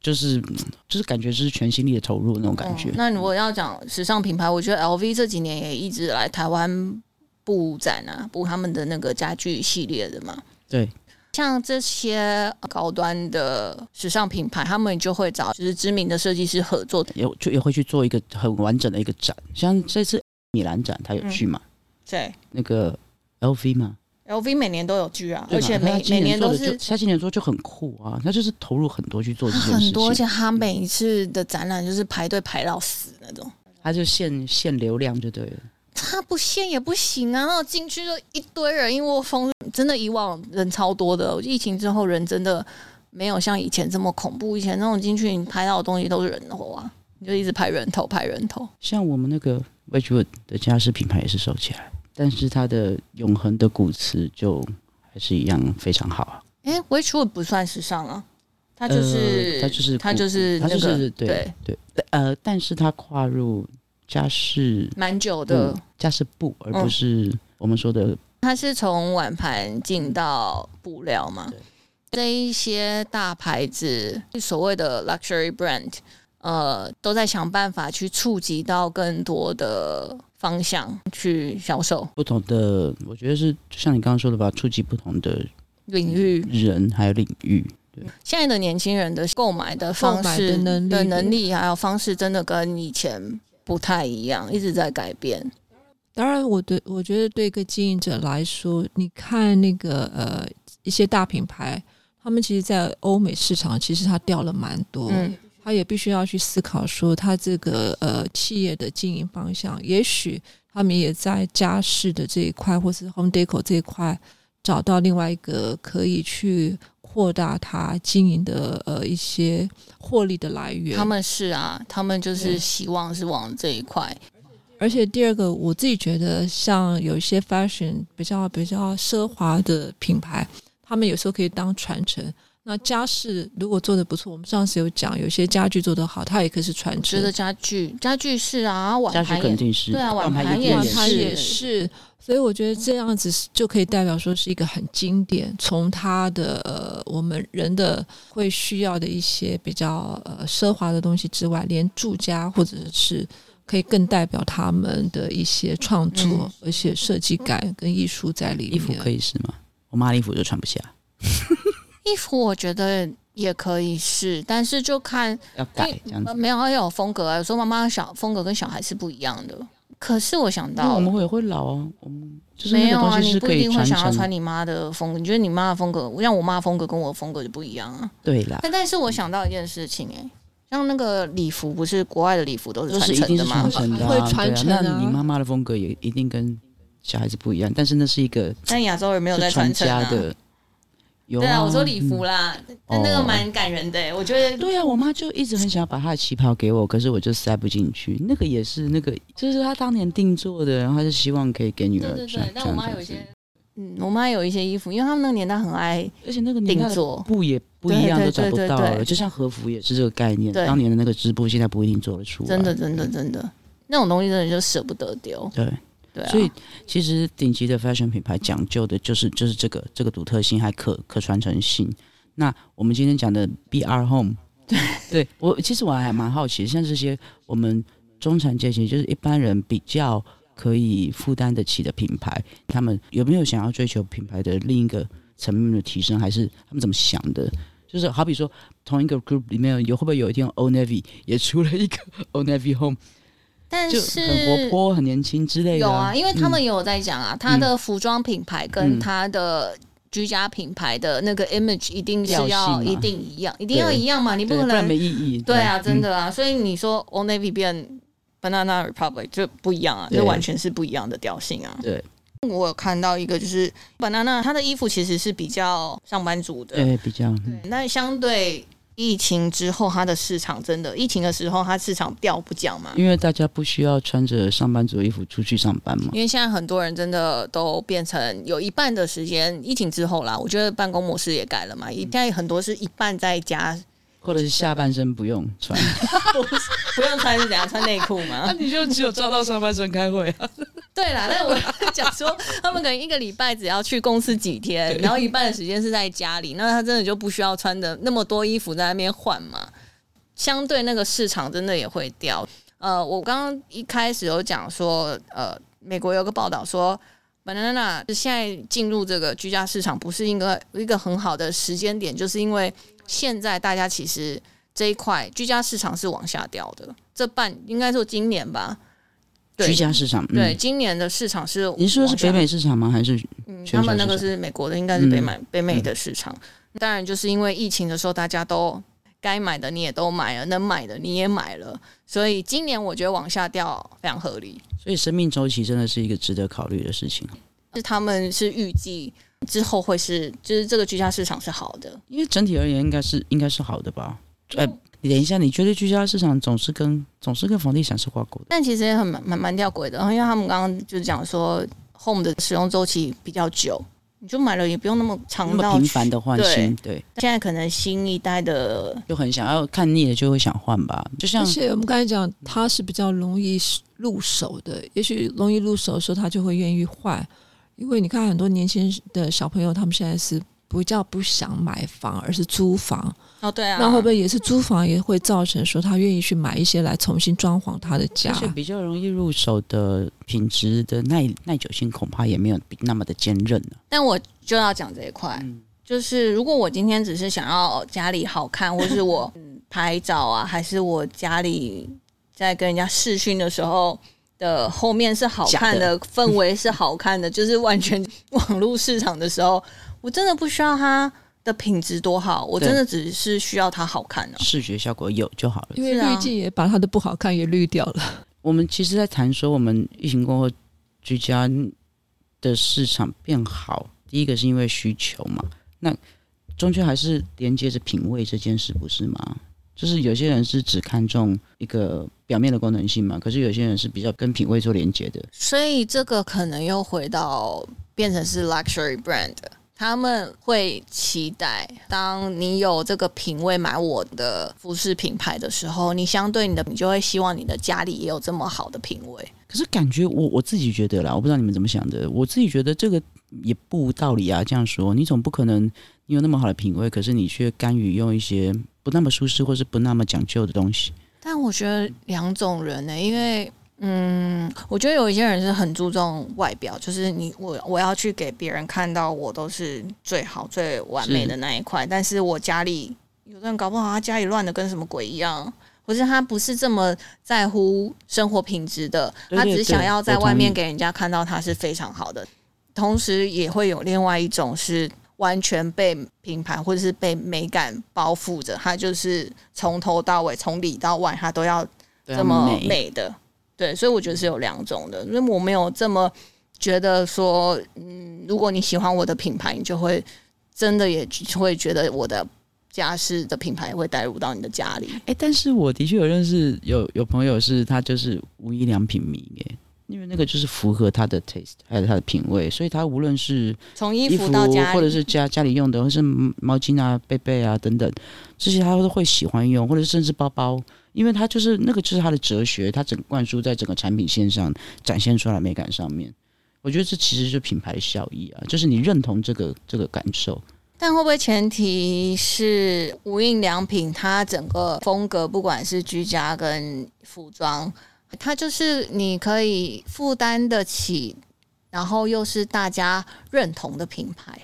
Speaker 3: 就是嗯就是感觉就是全心力的投入那种感觉
Speaker 1: 嗯。那如果要讲时尚品牌，我觉得 LV 这几年也一直来台湾布展啊，布他们的那个家具系列的嘛。
Speaker 3: 对，
Speaker 1: 像这些高端的时尚品牌，他们就会找就是知名的设计师合作。
Speaker 3: 也就也会去做一个很完整的一个展，像这次米兰展他
Speaker 1: 嗯
Speaker 3: 有去嘛，
Speaker 1: 对
Speaker 3: 那个 LV 嘛，
Speaker 1: ，LV 每年都有剧啊，
Speaker 3: 对
Speaker 1: 而
Speaker 3: 嘛
Speaker 1: 且
Speaker 3: 他
Speaker 1: 每
Speaker 3: 今
Speaker 1: 每年
Speaker 3: 做
Speaker 1: 都
Speaker 3: 的就是他今年做就很酷啊，他就是投入很多去做这
Speaker 1: 他
Speaker 3: 件事
Speaker 1: 啊很多，而
Speaker 3: 情，嗯
Speaker 1: 且他每一次的展览就是排队排到死那种。
Speaker 3: 他就限限流量就对了。
Speaker 1: 他不限也不行啊！然后进去就一堆人一窝蜂，真的以往人超多的。疫情之后人真的没有像以前这么恐怖，以前那种进去你拍到的东西都是人头啊，你就一直拍人头拍人头。
Speaker 3: 像我们那个 Wedgwood 的家饰品牌也是收起来，但是它的永恒的古瓷就还是一样非常好啊。
Speaker 1: 哎、欸，围裙不算时尚啊，它就是、
Speaker 3: 呃它就是
Speaker 1: 它就是
Speaker 3: 它
Speaker 1: 那
Speaker 3: 就
Speaker 1: 个
Speaker 3: 是对
Speaker 1: 对
Speaker 3: 呃，但是它跨入家饰
Speaker 1: 蛮久的。
Speaker 3: 布，家饰布，而不
Speaker 1: 嗯
Speaker 3: 是我们说的
Speaker 1: 它是从碗盘进到布料嘛
Speaker 3: 对？
Speaker 1: 这一些大牌子，所谓的 luxury brand，呃，都在想办法去触及到更多的方向去销售
Speaker 3: 不同的，我觉得是就像你刚刚说的吧，触及不同的
Speaker 1: 领域。
Speaker 3: 人还有领域。
Speaker 1: 现在的年轻人的购买的方式、
Speaker 2: 购买的能力
Speaker 1: 的能力还有方式，真的跟以前不太一样，一直在改变。
Speaker 2: 当然，我对我觉得对一个经营者来说，你看那个呃一些大品牌，他们其实，在欧美市场其实它掉了蛮多，
Speaker 1: 嗯
Speaker 2: 他也必须要去思考说他这个呃企业的经营方向，也许他们也在家饰的这一块，或是 home decor 这一块，找到另外一个可以去扩大他经营的呃一些获利的来源。
Speaker 1: 他们是啊，他们就是
Speaker 2: 对
Speaker 1: 希望是往这一块，
Speaker 2: 而且第二个，我自己觉得，像有一些 fashion 比较比较奢华的品牌，他们有时候可以当传承。那家饰如果做的不错，我们上次有讲，有些家具做得好，它也可以是传承
Speaker 1: 觉。得家具家具是啊，碗
Speaker 3: 家具
Speaker 1: 盘
Speaker 3: 肯
Speaker 1: 也
Speaker 3: 定是
Speaker 1: 对啊碗
Speaker 3: 碗盘
Speaker 1: 盘
Speaker 3: 一
Speaker 1: 也
Speaker 3: 定
Speaker 2: 碗
Speaker 1: 是
Speaker 2: 盘也是，所以我觉得这样子是就可以代表说是一个很经典，从它的、呃、我们人的会需要的一些比较呃奢华的东西之外，连住家或者是可以更代表他们的一些创作，
Speaker 1: 嗯
Speaker 2: 而且设计感跟艺术在里面。
Speaker 3: 衣服可以是吗？我妈的衣服我就穿不下，
Speaker 1: 衣服，我觉得也可以是，但是就看
Speaker 3: 要改这样子
Speaker 1: 呃。没有要有风格啊。有时候妈妈小风格跟小孩是不一样的。可是我想
Speaker 3: 那
Speaker 1: 到
Speaker 3: 我们也会老啊，我们就是
Speaker 1: 没
Speaker 3: 那个
Speaker 1: 有啊，
Speaker 3: 东西
Speaker 1: 你
Speaker 3: 是
Speaker 1: 不
Speaker 3: 可
Speaker 1: 一
Speaker 3: 以
Speaker 1: 定会想要穿
Speaker 3: 传承。
Speaker 1: 你妈的风格，你觉得你妈的风格，像我妈的风格跟我的风格就不一样啊。
Speaker 3: 对啦，
Speaker 1: 但但是我想到一件事情、欸，像那个礼服，不是国外的礼服都是
Speaker 3: 就是
Speaker 1: 传承
Speaker 3: 一定
Speaker 1: 的
Speaker 3: 是
Speaker 1: 吗
Speaker 3: 传？承的啊，
Speaker 2: 会传承
Speaker 3: 对
Speaker 2: 啊
Speaker 3: 啊。那你妈妈的风格也一定跟小孩子不一样，但是那是一个
Speaker 1: 但亚洲人没有在
Speaker 3: 是传
Speaker 1: 承
Speaker 3: 家
Speaker 1: 啊。
Speaker 3: 的。有
Speaker 1: 对啊，我说礼
Speaker 3: 嗯
Speaker 1: 服啦，但那个
Speaker 3: 哦
Speaker 1: 蛮感人的、欸，我觉得。
Speaker 3: 对啊，我妈就一直很想把她的旗袍给我，可是我就塞不进去。那个也是那个，就是她当年定做的，然后她就希望可以给女儿
Speaker 1: 对对
Speaker 3: 穿
Speaker 1: 对，但我妈有一，
Speaker 3: 穿这样
Speaker 1: 些，嗯，我妈有一些衣服，因为他们那个年代很爱
Speaker 3: 子而且那个年代
Speaker 1: 定
Speaker 3: 的
Speaker 1: 做，
Speaker 3: 布也不一样，
Speaker 1: 对
Speaker 3: 都
Speaker 1: 对
Speaker 3: 找不
Speaker 1: 对对
Speaker 3: 到
Speaker 1: 对
Speaker 3: 了。就像和服也是这个概念，
Speaker 1: 对
Speaker 3: 当年的那个织布现在不一定做得出来。
Speaker 1: 真的真的真的，那种东西真的就舍不得丢，
Speaker 3: 对。
Speaker 1: 对啊。
Speaker 3: 所以其实顶级的 fashion 品牌讲究的就是就是这个这个独特性还可可传承性。那我们今天讲的 BR Home，对，对我其实我还蛮好奇，像这些我们中产阶级，就是一般人比较可以负担得起的品牌，他们有没有想要追求品牌的另一个层面的提升，还是他们怎么想的？就是好比说，同一个 group 里面有会不会有一天 Old Navy 也出了一个 Old Navy Home，
Speaker 1: 但
Speaker 3: 就是很活泼、很年轻之类的、
Speaker 1: 有啊，因为他
Speaker 3: 嗯
Speaker 1: 们也有在讲啊，他的服装品牌跟
Speaker 3: 嗯
Speaker 1: 他的居家品牌的那个 image 一定是
Speaker 3: 调性
Speaker 1: 要
Speaker 3: 嘛
Speaker 1: 一定一样，一定要
Speaker 3: 对
Speaker 1: 一样嘛，你不
Speaker 3: 对
Speaker 1: 可
Speaker 3: 然
Speaker 1: 能
Speaker 3: 没意义。
Speaker 1: 对啊，真
Speaker 3: 嗯
Speaker 1: 的啊，所以你说 Old Navy 变 Banana Republic 就不一样啊，
Speaker 3: 对
Speaker 1: 这完全是不一样的调性啊。
Speaker 3: 对，
Speaker 1: 我有看到一个就是 Banana，她的衣服其实是比较上班族的，
Speaker 3: 对，比较嗯
Speaker 1: 那相对疫情之后，它的市场真的，疫情的时候它市场掉不讲嘛，
Speaker 3: 因为大家不需要穿着上班族的衣服出去上班嘛。
Speaker 1: 因为现在很多人真的都变成有一半的时间，疫情之后啦，我觉得办公模式也改了嘛，现在很多是一半在家，
Speaker 3: 或者是下半身不用穿，。
Speaker 1: 不用穿是怎样穿内裤嘛
Speaker 3: 你就只有照到上半身开会、 啊。
Speaker 1: 对啦，但我讲说，他们可能一个礼拜只要去公司几天，然后一半的时间是在家里，那他真的就不需要穿的那么多衣服在那边换嘛。相对那个市场真的也会掉。呃，我刚刚一开始有讲说，呃，美国有个报道说，banana 现在进入这个居家市场不是一个一个很好的时间点，就是因为现在大家其实这一块居家市场是往下掉的，这半应该说今年吧。对
Speaker 3: 居家市场，嗯、
Speaker 1: 对，，今年的市场是
Speaker 3: 你说是
Speaker 1: 往下
Speaker 3: 北美市场吗？还是
Speaker 1: 嗯，
Speaker 3: 全
Speaker 1: 他们
Speaker 3: 球
Speaker 1: 那
Speaker 3: 市
Speaker 1: 个
Speaker 3: 场嗯
Speaker 1: 是美国的，应该是北美、北美的市场。当然，就是因为疫情的时候，大家都该买的你也都买了，能买的你也买了，所以今年我觉得往下掉非常合理。
Speaker 3: 所以生命周期真的是一个值得考虑的事情。
Speaker 1: 是他们是预计之后会是，就是这个居家市场是好的，
Speaker 3: 因为整体而言，应该是应该是好的吧？哎、你等一下，你觉得居家市场总是跟总是跟房地产是挂钩的？
Speaker 1: 但其实也很蛮蛮蛮吊诡的，因为他们刚刚就讲说 home 的使用周期比较久，你就买了也不用那么
Speaker 3: 那
Speaker 1: 长
Speaker 3: 么
Speaker 1: 到
Speaker 3: 频
Speaker 1: 去
Speaker 3: 繁的换新，对，
Speaker 1: 现在可能新一代的
Speaker 3: 就很想要看腻了就会想换吧。就像
Speaker 2: 而且我们刚才讲，它是比较容易入手的，也许容易入手的时候，他就会愿意换。因为你看很多年轻的小朋友，他们现在是不叫不想买房，而是租房。
Speaker 1: 哦，对啊，
Speaker 2: 那会不会也是租房也会造成说他愿意去买一些来重新装潢他的家
Speaker 3: 而？且比较容易入手的品质的耐耐久性，恐怕也没有比那么的坚韧了、
Speaker 1: 但我就要讲这一块，就是如果我今天只是想要家里好看，或是我嗯拍照啊，还是我家里在跟人家视讯的时候的后面是好看的，氛围是好看的，就是完全网络市场的时候，我真的不需要它的品质多好，我
Speaker 3: 对
Speaker 1: 真的只是需要它好看啊。
Speaker 3: 视觉效果有就好了。
Speaker 2: 因为
Speaker 1: 是啊
Speaker 2: 滤镜也把它的不好看也滤掉了。
Speaker 3: 我们其实，在谈说我们疫情过后居家的市场变好，第一个是因为需求嘛，那终究还是连接着品味这件事，不是吗？就是有些人是只看重一个表面的功能性嘛，可是有些人是比较跟品味做连接的。
Speaker 1: 所以这个可能又回到变成是 luxury brand，他们会期待，当你有这个品味买我的服饰品牌的时候，你相对你的，你就会希望你的家里也有这么好的品味。
Speaker 3: 可是感觉我我自己觉得啦，我不知道你们怎么想的，我自己觉得这个也不无道理啊。这样说，你总不可能你有那么好的品味，可是你却甘于用一些不那么舒适或是不那么讲究的东西。
Speaker 1: 但我觉得两种人呢、因为嗯，我觉得有一些人是很注重外表，就是你我我要去给别人看到我都是最好最完美的那一块，但是我家里有的人搞不好他家里乱的跟什么鬼一样。或是他不是这么在乎生活品质的，
Speaker 3: 对
Speaker 1: 他
Speaker 3: 对
Speaker 1: 只
Speaker 3: 对
Speaker 1: 想要在
Speaker 3: 我
Speaker 1: 外
Speaker 3: 同
Speaker 1: 面
Speaker 3: 意
Speaker 1: 给人家看到他是非常好的。同时也会有另外一种是完全被品牌或者是被美感包覆着，他就是从头到尾，从里到外，他都要这么美的。对，所以我觉得是有两种的，因为我没有这么觉得说，嗯，如果你喜欢我的品牌，你就会真的也会觉得我的家饰的品牌会带入到你的家里。
Speaker 3: 哎、但是我的确有认识有有朋友是他就是无印良品迷耶，因为那个就是符合他的 taste 还有他的品味，所以他无论是
Speaker 1: 从衣
Speaker 3: 衣
Speaker 1: 服到家里，
Speaker 3: 或者是家家里用的，或是毛巾啊、被被啊等等，这些他都会喜欢用，或者甚至包包，因为他就是那个就是他的哲学，他整灌输在整个产品线上展现出来的美感上面。我觉得这其实就是品牌的效益啊，就是你认同这个这个感受，
Speaker 1: 但会不会前提是无印良品它整个风格，不管是居家跟服装，它就是你可以负担得起，然后又是大家认同的品牌。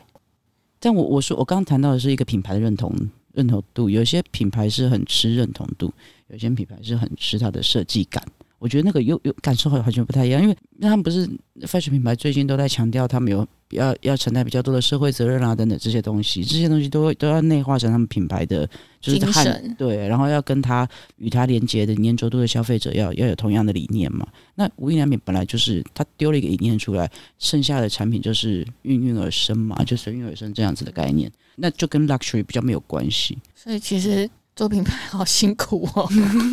Speaker 3: 但我我说我刚刚谈到的是一个品牌的认同认同度，有些品牌是很吃认同度，有些品牌是很吃它的设计感。我觉得那个又又感受好像完全不太一样，因为那他们不是 fashion 品牌最近都在强调他们有要要承担比较多的社会责任啊等等这些东西，这些东西都会都要内化成他们品牌的就是
Speaker 1: 精
Speaker 3: 和
Speaker 1: 神
Speaker 3: 对，然后要跟他与他连接的粘着度的消费者要要有同样的理念嘛。那无印良品本来就是他丢了一个理念出来，剩下的产品就是应运而生嘛，就随运而生这样子的概念，那就跟 luxury 比较没有关系。
Speaker 1: 所以其实做品牌好辛苦 哦。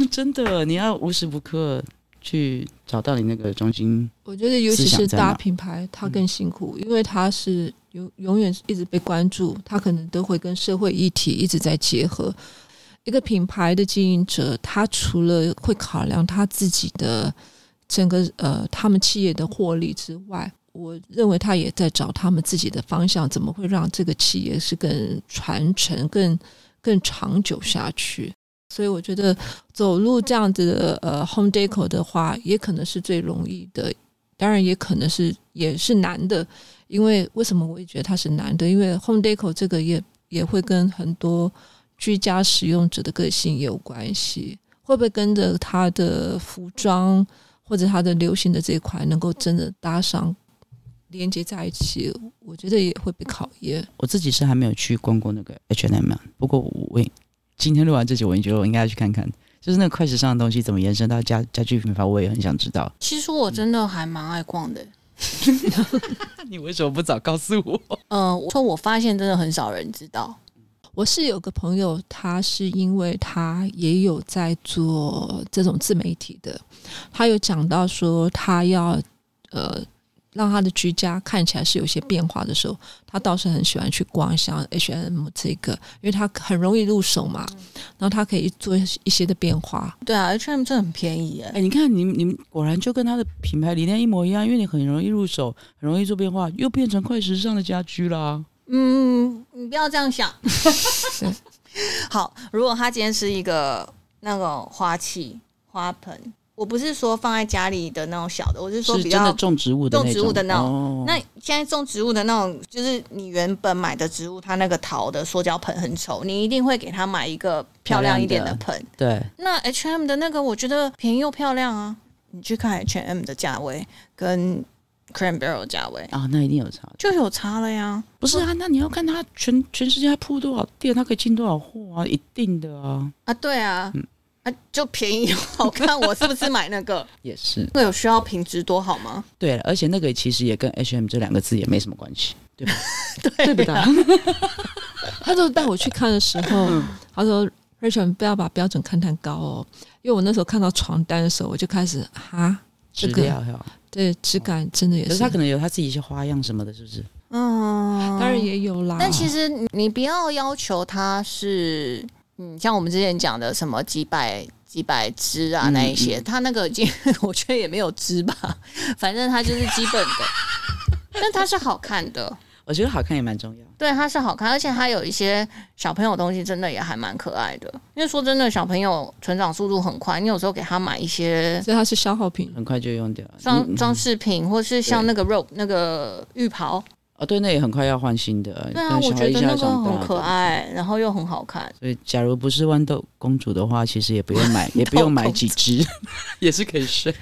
Speaker 3: 真的，你要无时无刻去找到你那个中心。
Speaker 2: 我觉得尤其
Speaker 3: 思想
Speaker 2: 是
Speaker 3: 在哪嗯
Speaker 2: 大品牌，它更辛苦，因为它是永永远一直被关注，它可能都会跟社会议题一直在结合。一个品牌的经营者，他除了会考量他自己的整个呃他们企业的获利之外，我认为他也在找他们自己的方向，怎么会让这个企业是更传承、更更长久下去。所以我觉得走入这样子的呃 home deco 的话，也可能是最容易的当然也可能是也是难的，因为为什么我也觉得它是难的？因为 home deco 这个也也会跟很多居家使用者的个性也有关系，会不会跟着他的服装或者他的流行的这一块能够真的搭上连接在一起？我觉得也会被考验。
Speaker 3: 我自己是还没有去逛过那个 H&M，啊不过我今天录完这集，我也觉得我应该要去看看，就是那个快时尚的东西怎么延伸到家家居品牌，我也很想知道。
Speaker 1: 其实我真的还蛮爱逛的。
Speaker 3: 那你为什么不早告诉我？
Speaker 1: 嗯、我说我发现真的很少人知道。
Speaker 2: 我是有个朋友，他是因为他也有在做这种自媒体的，他有讲到说他要呃让他的居家看起来是有些变化的时候，他倒是很喜欢去逛像 H&M 这个，因为他很容易入手嘛，然后他可以做一些的变化。
Speaker 1: 对啊，H&M 真的很便宜耶
Speaker 3: 哎、。你看你们你们果然就跟它的品牌理念一模一样，因为你很容易入手，很容易做变化，又变成快时尚的家居啦。
Speaker 1: 嗯，你不要这样想
Speaker 2: 对。
Speaker 1: 好，如果它今天是一个那种花器、花盆，我不是说放在家里的那种小的，我是说
Speaker 3: 是
Speaker 1: 比
Speaker 3: 真的
Speaker 1: 较。
Speaker 3: 种植物的那
Speaker 1: 种
Speaker 3: 种，
Speaker 1: 植物的那种
Speaker 3: 哦
Speaker 1: 那现在种植物的那种，就是你原本买的植物，它那个陶的塑胶盆很丑，你一定会给它买一个漂亮一点的
Speaker 3: 漂亮
Speaker 1: 盆。
Speaker 3: 对，
Speaker 1: 那 H M 的那个，我觉得便宜又漂亮啊。你去看 H&M 的价位跟 c r a n b e r r y 价位
Speaker 3: 啊，那一定有差。
Speaker 1: 就有差了呀。
Speaker 3: 不是啊，那你要看他全全世界他铺多少店，他可以进多少货啊，一定的啊。
Speaker 1: 啊，对啊，啊，就便宜又好看，我是不是买那个？
Speaker 3: 也是
Speaker 1: 那个有需要品质多好吗？
Speaker 3: 对了，而且那个其实也跟 H M 这两个字也没什么关系，对吧？
Speaker 1: 对
Speaker 3: 对不对？
Speaker 2: 他就带我去看的时候，
Speaker 3: 嗯
Speaker 2: 他说：“Rachel，你不要把标准看太高哦。”因为我那时候看到床单的时候，我就开始哈，
Speaker 3: 质
Speaker 2: 这个
Speaker 3: 量哈，
Speaker 2: 对质感真的也
Speaker 3: 可
Speaker 2: 嗯是，
Speaker 3: 是他可能有他自己一些花样什么的，是不是？
Speaker 1: 嗯，
Speaker 2: 当然。也有啊啦。
Speaker 1: 但其实你你不要要求它是，嗯，像我们之前讲的什么几百几百只啊
Speaker 3: 嗯
Speaker 1: 那一些，它那个已经 我觉得也没有只吧，反正它就是基本的。但它是好看的，
Speaker 3: 我觉得好看也蛮重要。
Speaker 1: 对，它是好看，而且它有一些小朋友东西真的也还蛮可爱的。因为说真的，小朋友成长速度很快，你有时候给他买一些
Speaker 2: 所以它是消耗品，
Speaker 3: 很快就用掉了。
Speaker 1: 装
Speaker 3: 你
Speaker 1: 装饰品，或是像那个 robe 那个浴袍，
Speaker 3: 哦，对，那也很快要换新的。
Speaker 1: 对啊，
Speaker 3: 但小
Speaker 1: 我
Speaker 3: 孩
Speaker 1: 觉
Speaker 3: 一
Speaker 1: 得
Speaker 3: 下
Speaker 1: 那
Speaker 3: 长
Speaker 1: 个
Speaker 3: 大
Speaker 1: 很可
Speaker 3: 了。
Speaker 1: 爱，然后又很好看。
Speaker 3: 所以，假如不是豌豆公主的话，其实也不用 买，也不用买几只，也是可以睡。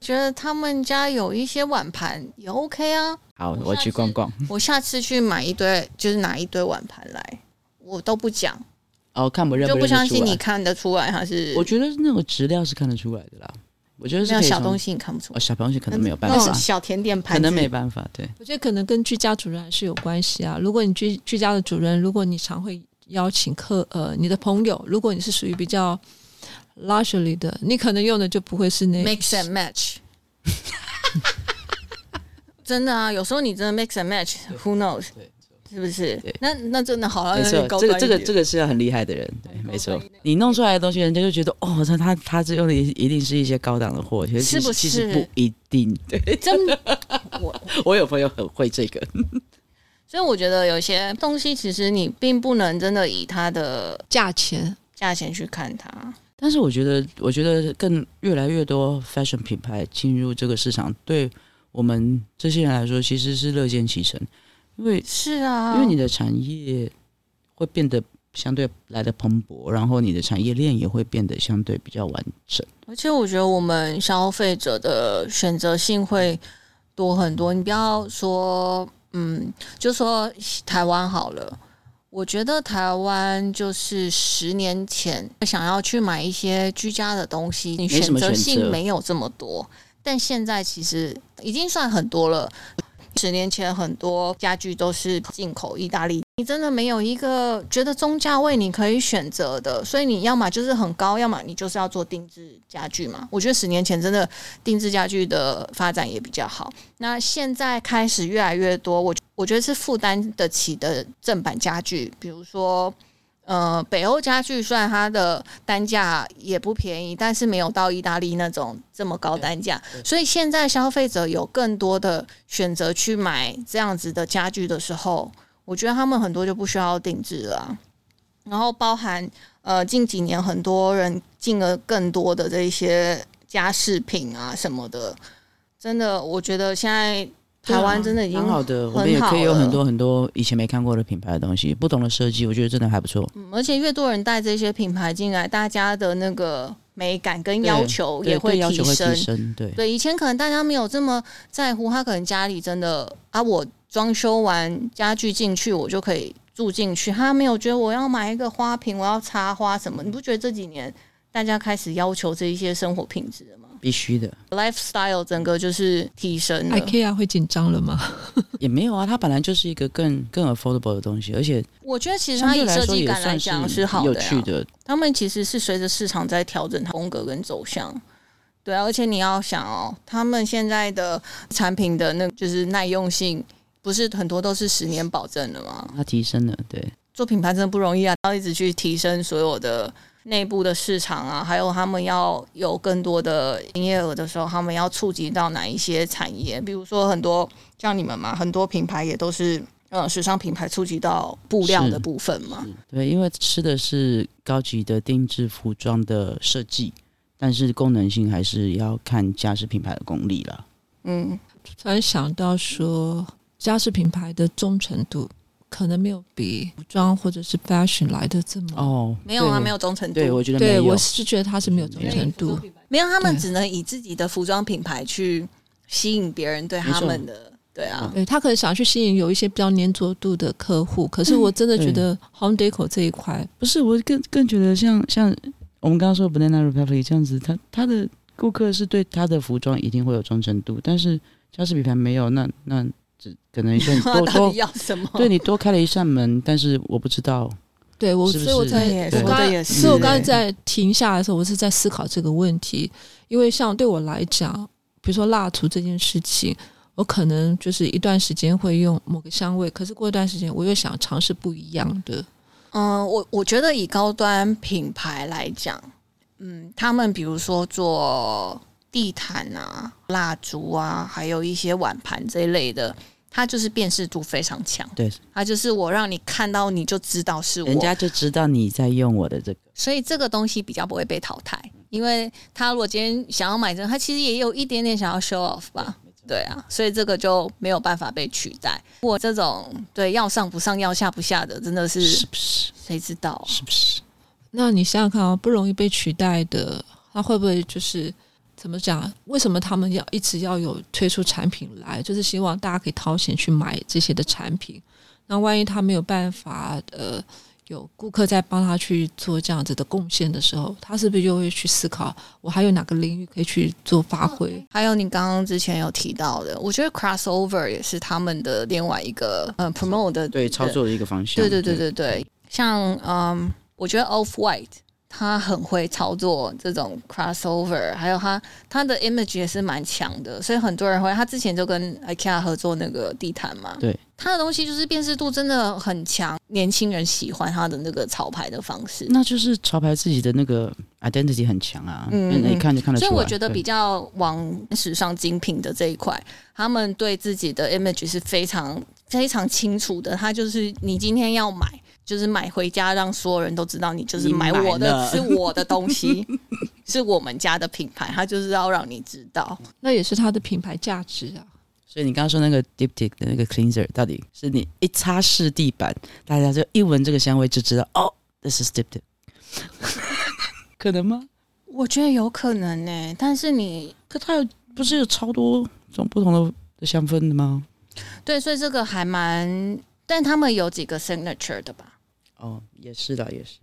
Speaker 1: 觉得他们家有一些碗盘也 OK 啊，
Speaker 3: 好，
Speaker 1: 下
Speaker 3: 我去逛逛。
Speaker 1: 我下次去买一堆，就是拿一堆碗盘来，我都不讲，
Speaker 3: 哦，看我认
Speaker 1: 就
Speaker 3: 认
Speaker 1: 不
Speaker 3: 得
Speaker 1: 相
Speaker 3: 出
Speaker 1: 信
Speaker 3: 来
Speaker 1: 你看得出来它是
Speaker 3: 我觉得那种质量是看得出来的啦。我觉得是
Speaker 1: 那
Speaker 3: 可以
Speaker 1: 小
Speaker 3: 从
Speaker 1: 东，西你看不出
Speaker 3: 哦，
Speaker 1: 来，
Speaker 3: 小东西可能没有办
Speaker 1: 那
Speaker 3: 法
Speaker 1: 是，小甜点盘
Speaker 3: 可
Speaker 1: 子
Speaker 3: 能没办法。对，
Speaker 2: 我觉得可能跟居家主人还是有关系啊。如果你居居家的主人，如果你常会邀请客呃你的朋友，如果你是属于比较 luxury 的，你可能用的就不会是那
Speaker 1: mix and match。真的啊，有时候你真的 mix and match，who knows，
Speaker 3: 对
Speaker 1: 是不是
Speaker 3: 对？
Speaker 1: 那哦那真的好像
Speaker 3: 没
Speaker 1: 有点
Speaker 3: 错，
Speaker 1: 高
Speaker 3: 这
Speaker 1: 端
Speaker 3: 个
Speaker 1: 一
Speaker 3: 这
Speaker 1: 点
Speaker 3: 个这个是要很厉害的人，对，没错。你弄出来的东西，人家就觉得哦，他他他这用的一一定是一些高档的货，其实
Speaker 1: 是不
Speaker 3: 其
Speaker 1: 是
Speaker 3: 实不一定。 对，
Speaker 1: 真的我
Speaker 3: 我有朋友很会这个，
Speaker 1: 所以我觉得有些东西其实你并不能真的以它的
Speaker 2: 价钱。
Speaker 1: 价钱去看它。
Speaker 3: 但是我觉得，我觉得更越来越多 fashion 品牌进入这个市场，对我们这些人来说，其实是乐见其成，因为
Speaker 1: 是啊，
Speaker 3: 因为你的产业会变得相对来的蓬勃，然后你的产业链也会变得相对比较完整。
Speaker 1: 而且我觉得我们消费者的选择性会多很多。你不要说，嗯，就说台湾好了。我觉得台湾就是十年前想要去买一些居家的东西，你
Speaker 3: 没什
Speaker 1: 选
Speaker 3: 么
Speaker 1: 择
Speaker 3: 选
Speaker 1: 性
Speaker 3: 择
Speaker 1: 没有这么多，但现在其实已经算很多了。十年前很多家具都是进口意大利，你真的没有一个觉得中价位你可以选择的，所以你要么就是很高，要么你就是要做定制家具嘛。我觉得十年前真的定制家具的发展也比较好，那现在开始越来越多，我我觉得是负担得起的正版家具，比如说。呃，北欧家具虽然它的单价也不便宜，但是没有到意大利那种这么高单价，所以现在消费者有更多的选择去买这样子的家具的时候，我觉得他们很多就不需要定制了啊、然后包含呃，近几年很多人进了更多的这一些家饰品啊什么的，真的，我觉得现在台湾真的已经
Speaker 3: 啊蛮好的，我们
Speaker 1: 啊很
Speaker 3: 也可以
Speaker 1: 好
Speaker 3: 有
Speaker 1: 了
Speaker 3: 很多很多以前没看过的品牌的东西，不同的设计，我觉得真的还不错。
Speaker 1: 嗯，而且越多人带这些品牌进来，大家的那个美感跟
Speaker 3: 对
Speaker 1: 要求
Speaker 3: 对
Speaker 1: 也
Speaker 3: 对要
Speaker 1: 提
Speaker 3: 求会
Speaker 1: 升
Speaker 3: 提。升，对，
Speaker 1: 对，以前可能大家没有这么在乎，他可能家里真的啊，我装修完家具进去，我就可以住进去。他没有觉得我要买一个花瓶，我要插花什么。你不觉得这几年大家开始要求这一些生活品质了吗
Speaker 3: 必须的。
Speaker 1: ？lifestyle 整个就是提升了。
Speaker 2: IKEA 会紧张了吗？
Speaker 3: 也没有啊，它本来就是一个更更 affordable 的东西，而且
Speaker 1: 我觉得其实
Speaker 3: 相
Speaker 1: 它
Speaker 3: 对
Speaker 1: 以
Speaker 3: 来
Speaker 1: 设
Speaker 3: 说
Speaker 1: 计
Speaker 3: 也
Speaker 1: 感来
Speaker 3: 算
Speaker 1: 讲
Speaker 3: 是
Speaker 1: 好的、
Speaker 3: 有
Speaker 1: 呀。
Speaker 3: 趣的。
Speaker 1: 他们其实是随着市场在调整它风格跟走向。对啊，而且你要想哦，他们现在的产品的那就是耐用性，不是很多都是十年保证的吗？
Speaker 3: 它提升了，对，
Speaker 1: 做品牌真的不容易啊，要一直去提升所有的内部的市场啊，还有他们要有更多的营业额的时候，他们要触及到哪一些产业？比如说很多像你们嘛，很多品牌也都是呃时尚品牌触及到布料
Speaker 3: 是
Speaker 1: 的部分嘛。
Speaker 3: 对，因为吃的是高级的定制服装的设计，但是功能性还是要看家饰品牌的功力啦。
Speaker 1: 嗯，
Speaker 2: 突然想到说，家饰品牌的忠诚度可能没有比服装或者是 fashion 来的这么。
Speaker 3: 哦，
Speaker 1: 没有啊，
Speaker 3: 对
Speaker 1: 没有忠诚度，
Speaker 3: 对，我觉得没
Speaker 2: 对，
Speaker 3: 有
Speaker 2: 我是觉得它是没有忠诚度。
Speaker 1: 没有，他们
Speaker 2: 对
Speaker 1: 只能以自己的服装品牌去吸引别人对他们的，对啊，
Speaker 3: 嗯
Speaker 2: 对他可能想去吸引有一些比较粘着度的客户，可
Speaker 1: 嗯
Speaker 2: 是我真的觉得 Home Deco 这一块，
Speaker 3: 不是，我更更觉得像像我们刚刚说的 Banana Republic 这样子，他他的顾客是对他的服装一定会有忠诚度，但是嘉士比牌没有，那那只可能 说你多
Speaker 1: 到
Speaker 3: 多
Speaker 1: 底要什么？
Speaker 3: 对你多开了一扇门，但是我不知道，
Speaker 2: 对我，
Speaker 3: 是不
Speaker 2: 所以我
Speaker 3: 是
Speaker 2: 才
Speaker 1: 对耶
Speaker 2: 我
Speaker 3: 说
Speaker 2: 刚
Speaker 1: 得也
Speaker 2: 才，
Speaker 1: 是
Speaker 2: 所以我刚才
Speaker 1: 耶
Speaker 2: 在停下来的时候，我是在思考这个问题，因为像对我来讲，比如说蜡烛这件事情。我可能就是一段时间会用某个香味，可是过一段时间我又想尝试不一样的。
Speaker 1: 嗯，我我觉得以高端品牌来讲，嗯，他们比如说做地毯啊、蜡烛啊，还有一些碗盘这一类的，它就是辨识度非常强。
Speaker 3: 对，
Speaker 1: 它就是我让你看到你就知道是我，
Speaker 3: 人家就知道你在用我的这个。
Speaker 1: 所以这个东西比较不会被淘汰，
Speaker 3: 嗯
Speaker 1: 因为他如果今天想要买这个，他其实也有一点点想要 show off 吧。对啊，所以这个就没有办法被取代。我这种对要上不上，要下不下的，真的是
Speaker 3: 是不是？
Speaker 1: 谁知道、啊？
Speaker 3: 是不是？
Speaker 2: 那你想想看啊，不容易被取代的，它会不会就是怎么讲？为什么他们要一直要有推出产品来？就是希望大家可以掏钱去买这些的产品。那万一他没有办法，呃，有顾客在帮他去做这样子的贡献的时候，他是不是就会去思考，我还有哪个领域可以去做发
Speaker 3: 哦
Speaker 2: 挥？
Speaker 1: 还有你刚刚之前有提到的，我觉得 crossover 也是他们的另外一个呃 promote 的
Speaker 3: 对操作的一个方向。
Speaker 1: 对对对对对，像嗯，我觉得 Off White 他很会操作这种 crossover，还有他他的 image 也是蛮强的，所以很多人会他之前就跟 IKEA 合作那个地毯嘛，
Speaker 3: 对，
Speaker 1: 他的东西就是辨识度真的很强，年轻人喜欢他的那个潮牌的方式。
Speaker 3: 那就是潮牌自己的那个 identity 很强啊，
Speaker 1: 嗯
Speaker 3: 嗯，一看就看得出
Speaker 1: 所
Speaker 3: 来。
Speaker 1: 以我觉得
Speaker 3: 对
Speaker 1: 比较往时尚精品的这一块，他们对自己的 image 是非常非常清楚的。他就是你今天要买，就是买回家让所有人都知道你就是
Speaker 3: 你买
Speaker 1: 我的，
Speaker 3: 了
Speaker 1: 是我的东 西，是我们家的品牌，他就是要让你知道。
Speaker 2: 那也是它的品牌价值啊。
Speaker 3: 所以你刚刚说那个 diptic 的那个 cleanser，到底是你一擦拭地板，大家就一闻这个香味就知道哦，this is diptic，可能吗？
Speaker 1: 我觉得有可能呢、欸但是你
Speaker 3: 可它有不是有超多种不同的的香氛的吗？
Speaker 1: 对，所以这个还蛮，但他们有几个 signature 的吧？
Speaker 3: 哦，也是的，也是。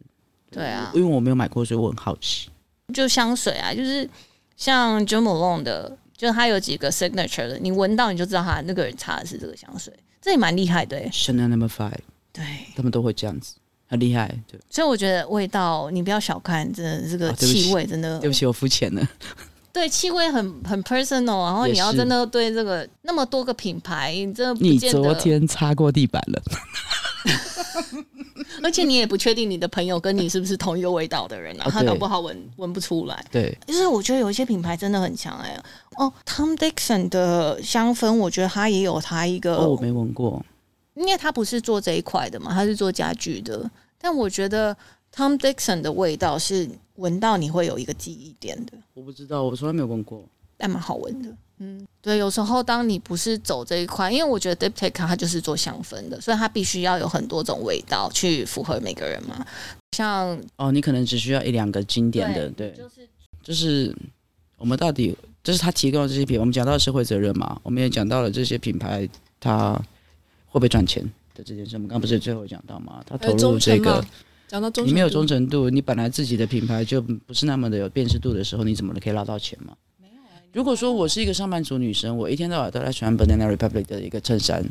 Speaker 1: 对啊
Speaker 3: 因为我没有买过，所以我很好奇。
Speaker 1: 就香水啊，就是像 Jo Malone 的，就是它有几个 signature 的，你闻到你就知道他那个人擦的是这个香水，这也蛮厉害的、欸。
Speaker 3: Chanel Number Five，
Speaker 1: 对，
Speaker 3: 他们都会这样子，很厉害。对，
Speaker 1: 所以我觉得味道你不要小看，真的这个
Speaker 3: 啊对不起
Speaker 1: 气味真的，
Speaker 3: 对不起，我肤浅了。
Speaker 1: 对气味很很 personal，然后啊
Speaker 3: 也
Speaker 1: 你要
Speaker 3: 是
Speaker 1: 真的对这个那么多个品牌，你真的不
Speaker 3: 你
Speaker 1: 见
Speaker 3: 昨
Speaker 1: 得，
Speaker 3: 天擦过地板了？
Speaker 1: 而且你也不确定你的朋友跟你是不是同一个味道的人啊，
Speaker 3: 啊
Speaker 1: 他搞
Speaker 3: 对
Speaker 1: 不好闻闻不出来。
Speaker 3: 对，
Speaker 1: 就是我觉得有一些品牌真的很强哎、哦，Tom Dixon 的香氛，我觉得它也有它一个
Speaker 3: 哦，我没闻过。
Speaker 1: 因为他不是做这一块的嘛，他是做家具的。但我觉得 Tom Dixon 的味道是闻到你会有一个记忆点的，
Speaker 3: 我不知道，我从来没有闻过。
Speaker 1: 但蛮好闻的。嗯，对，有时候当你不是走这一块，因为我觉得 Diptek 它就是做香氛的，所以它必须要有很多种味道去符合每个人嘛。像
Speaker 3: 哦，你可能只需要一两个经典的，对，
Speaker 1: 就是
Speaker 3: 就是我们到底，就是他提供的这些品，我们讲到了社会责任嘛，我们也讲到了这些品牌它会不会赚钱的这件事，我们刚刚不是最后讲到嘛，他投
Speaker 2: 呃，
Speaker 3: 入
Speaker 2: 忠
Speaker 3: 这
Speaker 2: 诚
Speaker 3: 个
Speaker 2: 嘛，，讲到忠诚
Speaker 3: 你
Speaker 2: 度，
Speaker 3: 没有忠诚度，你本来自己的品牌就不是那么的有辨识度的时候，你怎么可以捞到钱嘛？
Speaker 1: 啊
Speaker 3: 如果说我是一个上班族女生，我一天到晚都在穿 Banana Republic 的一个衬衫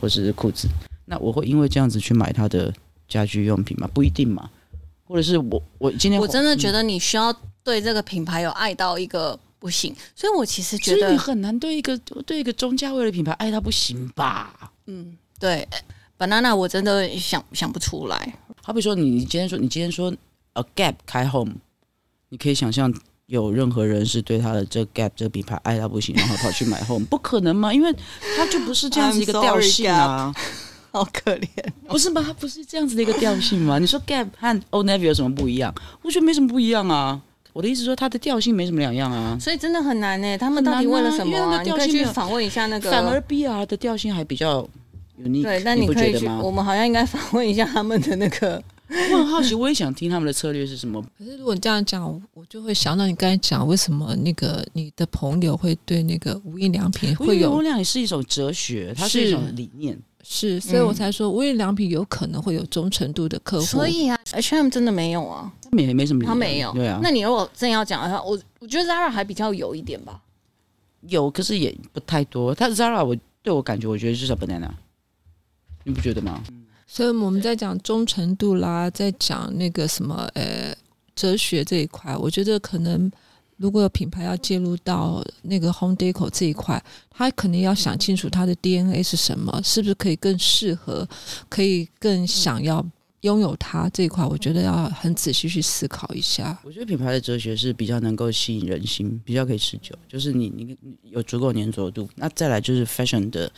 Speaker 3: 或是裤子，那我会因为这样子去买它的家居用品吗？不一定嘛。或者是我我今天嗯
Speaker 1: 我真的觉
Speaker 3: 得，
Speaker 1: 得你需要对这个品牌有爱到一个不行，所以我其实
Speaker 3: 所
Speaker 1: 觉
Speaker 3: 以
Speaker 1: 得
Speaker 3: 你很难对一个对一个中价位的品牌爱它不行吧？
Speaker 1: 嗯，对，banana 我真的想想不出来。
Speaker 3: 好比说你你今天说你今天说 a Gap 开 Home，你可以想象有任何人是对他的这个 Gap 这个品牌爱到不行，然后跑去买 Home，不可能嘛？因为它就不是这样子一 个
Speaker 4: Oh,
Speaker 1: I'm
Speaker 3: 调
Speaker 1: sorry,
Speaker 3: 性啊
Speaker 1: 好可怜，
Speaker 3: 不是吗？它不是这样子的一个调性嘛？你说 Gap 和 Old Navy 有什么不一样？我觉得没什么不一样啊。我的意思说它的调性没什么两样啊。
Speaker 1: 所以真的很
Speaker 4: 欸
Speaker 1: 难呢、他们到底为了什么、
Speaker 3: 很难啊因
Speaker 1: 啊？
Speaker 3: 为那
Speaker 1: 你
Speaker 3: 调
Speaker 1: 可以
Speaker 3: 性没
Speaker 1: 去
Speaker 3: 有
Speaker 1: 访问一下那个，
Speaker 3: 反而 BR 的调性还比较
Speaker 5: unique。
Speaker 4: 对，那
Speaker 5: 你不
Speaker 4: 可以
Speaker 5: 觉
Speaker 4: 去，
Speaker 5: 得吗
Speaker 4: 我？们好像应该访问一下他们的那 个，
Speaker 5: 我很好奇，我也想听他们的策略是什么。
Speaker 6: 可是如果你这样讲，我我就会想到你刚才讲为什么那个你的朋友会对那个无印良品会
Speaker 5: 无
Speaker 6: 有
Speaker 5: 量也是一种哲学，它是
Speaker 6: 是
Speaker 5: 一种理念。
Speaker 6: 是，所以我
Speaker 4: 嗯
Speaker 6: 才说无印良品有可能会有忠诚度的客户。
Speaker 4: 所以啊，H&M 真的没有啊，
Speaker 5: 他们也没什么理
Speaker 4: 他
Speaker 5: 念，
Speaker 4: 没有。
Speaker 5: 对啊，
Speaker 4: 那你如果真要讲的话，我我觉得 Zara 还比较有一点吧。
Speaker 5: 有，可是也不太多。他 Zara 我对我感觉，我觉得就是 banana，你不觉得吗？
Speaker 6: 所以我们在讲忠诚度啦，在讲那个什么呃哲学这一块，我觉得可能如果有品牌要介入到那个 home decor 这一块，他可能要想清楚他的 DNA 是什么，是不是可以更适合，可以更想要拥有它这一块，我觉得要很仔细去思考一下。
Speaker 5: 我觉得品牌的哲学是比较能够吸引人心，比较可以持久，就是你你你有足够粘着度。那再来就是 fashion 的，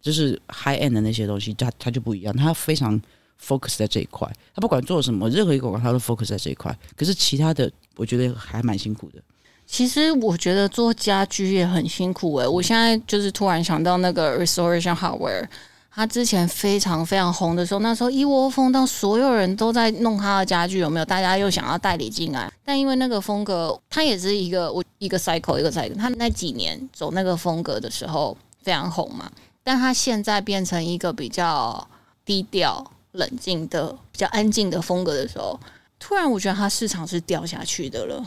Speaker 5: 就是 high end 的那些东西，它它就不一样，它非常 focus 在这一块。它不管做什么，任何一个广告它都 focus 在这一块。可是其他的，我觉得还蛮辛苦的。
Speaker 4: 其实我觉得做家居也很辛苦诶、欸我现在就是突然想到那个 Restoration Hardware，它之前非常非常红的时候，那时候一窝蜂到所有人都在弄它的家具，有没有？大家又想要代理进来，但因为那个风格，它也是一个我一个 cycle 一个 cycle，它那几年走那个风格的时候非常红嘛，但它现在变成一个比较低调、冷静的、比较安静的风格的时候，突然我觉得它市场是掉下去的了。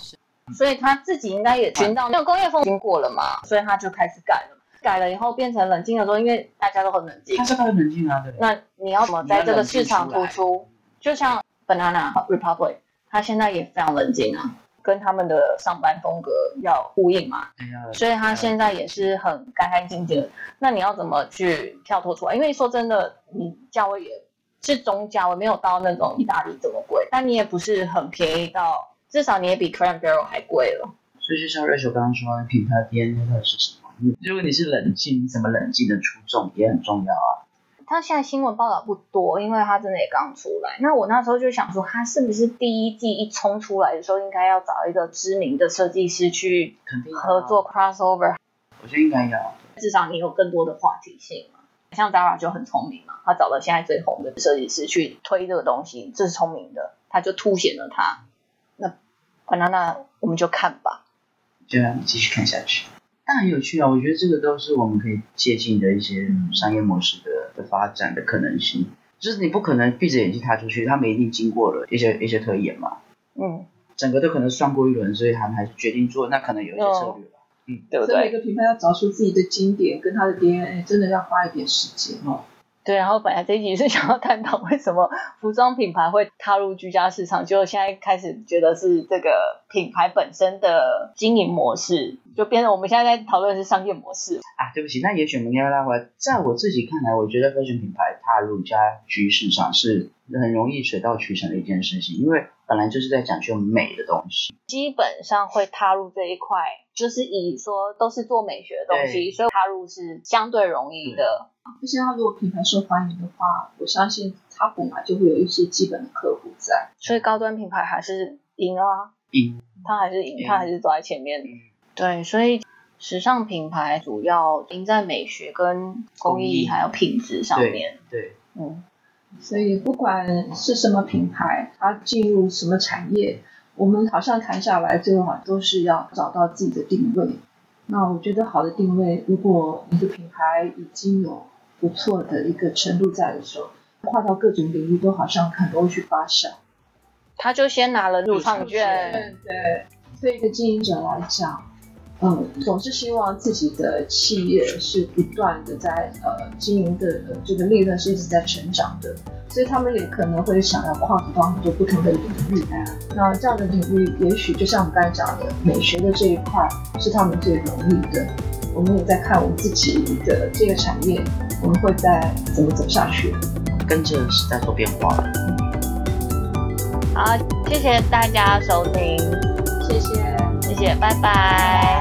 Speaker 1: 所以他自己应该也听到，那个工业风已经过了嘛，所以他就开始改了。改了以后变成冷静的时候，因为大家都很冷静，
Speaker 5: 是靠冷静啊，对
Speaker 1: 那你要怎么在这个市场突出？就像 Banana Republic，他现在也非常冷静啊，跟他们的上班风格要呼应嘛，
Speaker 5: 啊
Speaker 1: 所以他现在也是很干干净净的。那你要怎么去跳脱出来？因为说真的，你价位也是中价位，没有到那种意大利这么贵，但你也不是很便宜到，至少你也比 Crane Barrel 还贵了。
Speaker 3: 所以就像 Rachel 刚刚说，品牌的 DNA 到底是什么？你如果你是冷静，你怎么冷静的出众也很重要啊。
Speaker 1: 他现在新闻报道不多，因为他真的也刚出来。那我那时候就想说，他是不是第一季一冲出来的时候，应该要找一个知名的设计师去
Speaker 3: 肯定要啊
Speaker 1: 合作，crossover，
Speaker 3: 我觉得应该要。
Speaker 1: 至少你有更多的话题性嘛。像 Zara 就很聪明嘛，他找了现在最红的设计师去推这个东西，这是聪明的，他就凸显了他。那 banana 我们就看吧。
Speaker 3: 就让你继续看下去。但很有趣啊，我觉得这个都是我们可以借鉴的一些商业模式的的发展的可能性。就是你不可能闭着眼睛踏出去，他们一定经过了一些一些推演嘛，
Speaker 1: 嗯，
Speaker 3: 整个都可能算过一轮，所以他们还是决定做，那可能有一些策略吧。嗯
Speaker 1: 对不
Speaker 2: 所以
Speaker 1: 对？
Speaker 2: 每啊个品牌要找出自己的经典跟它的 DNA，真的要花一点时间哦。
Speaker 1: 对，然后本来这一集是 想要探讨为什么服装品牌会踏入居家市场，结果现在开始觉得是这个品牌本身的经营模式，就变成我们现在在讨论的是商业模式。
Speaker 3: 啊，对不起，那也许我们应该拉回来。在我自己看来，我觉得 fashion 品牌踏入家居市场是很容易水到渠成的一件事情，因为本来就是在讲究美的东西。
Speaker 1: 基本上会踏入这一块，就是以说都是做美学的东西，所以踏入是相对容易的。
Speaker 2: 而且它如果品牌受欢迎的话，我相信它本来就会有一些基本的客户在。
Speaker 1: 所以高端品牌还是赢啊，
Speaker 3: 赢，
Speaker 1: 它还是赢，
Speaker 3: 嗯
Speaker 1: 它还是走在前面。
Speaker 3: 嗯
Speaker 1: 对，所以时尚品牌主要赢在美学跟工
Speaker 3: 工艺
Speaker 1: 艺还有品质上
Speaker 3: 对
Speaker 1: 面。
Speaker 3: 对，
Speaker 1: 嗯，
Speaker 2: 所以不管是什么品牌，它进入什么产业，我们好像谈下来，最后好像都是要找到自己的定位。那我觉得好的定位，如果你的品牌已经有不错的一个程度在的时候，跨到各种领域都好像很容易去发展。
Speaker 1: 他就先拿了入场券。
Speaker 2: 对对，对一个经营者来讲，嗯，总是希望自己的企业是不断的在呃经营的、呃、这个利润是一直在成长的，所以他们也可能会想要跨足到很多不同的领域。那这样的领域，也许就像我们刚才讲的，美学的这一块是他们最容易的。我们也在看我们自己的这个产业，我们会在怎么走下去。
Speaker 3: 跟着时代做变化了。
Speaker 1: 好，谢谢大家收听，
Speaker 2: 谢谢。
Speaker 1: 谢谢，拜拜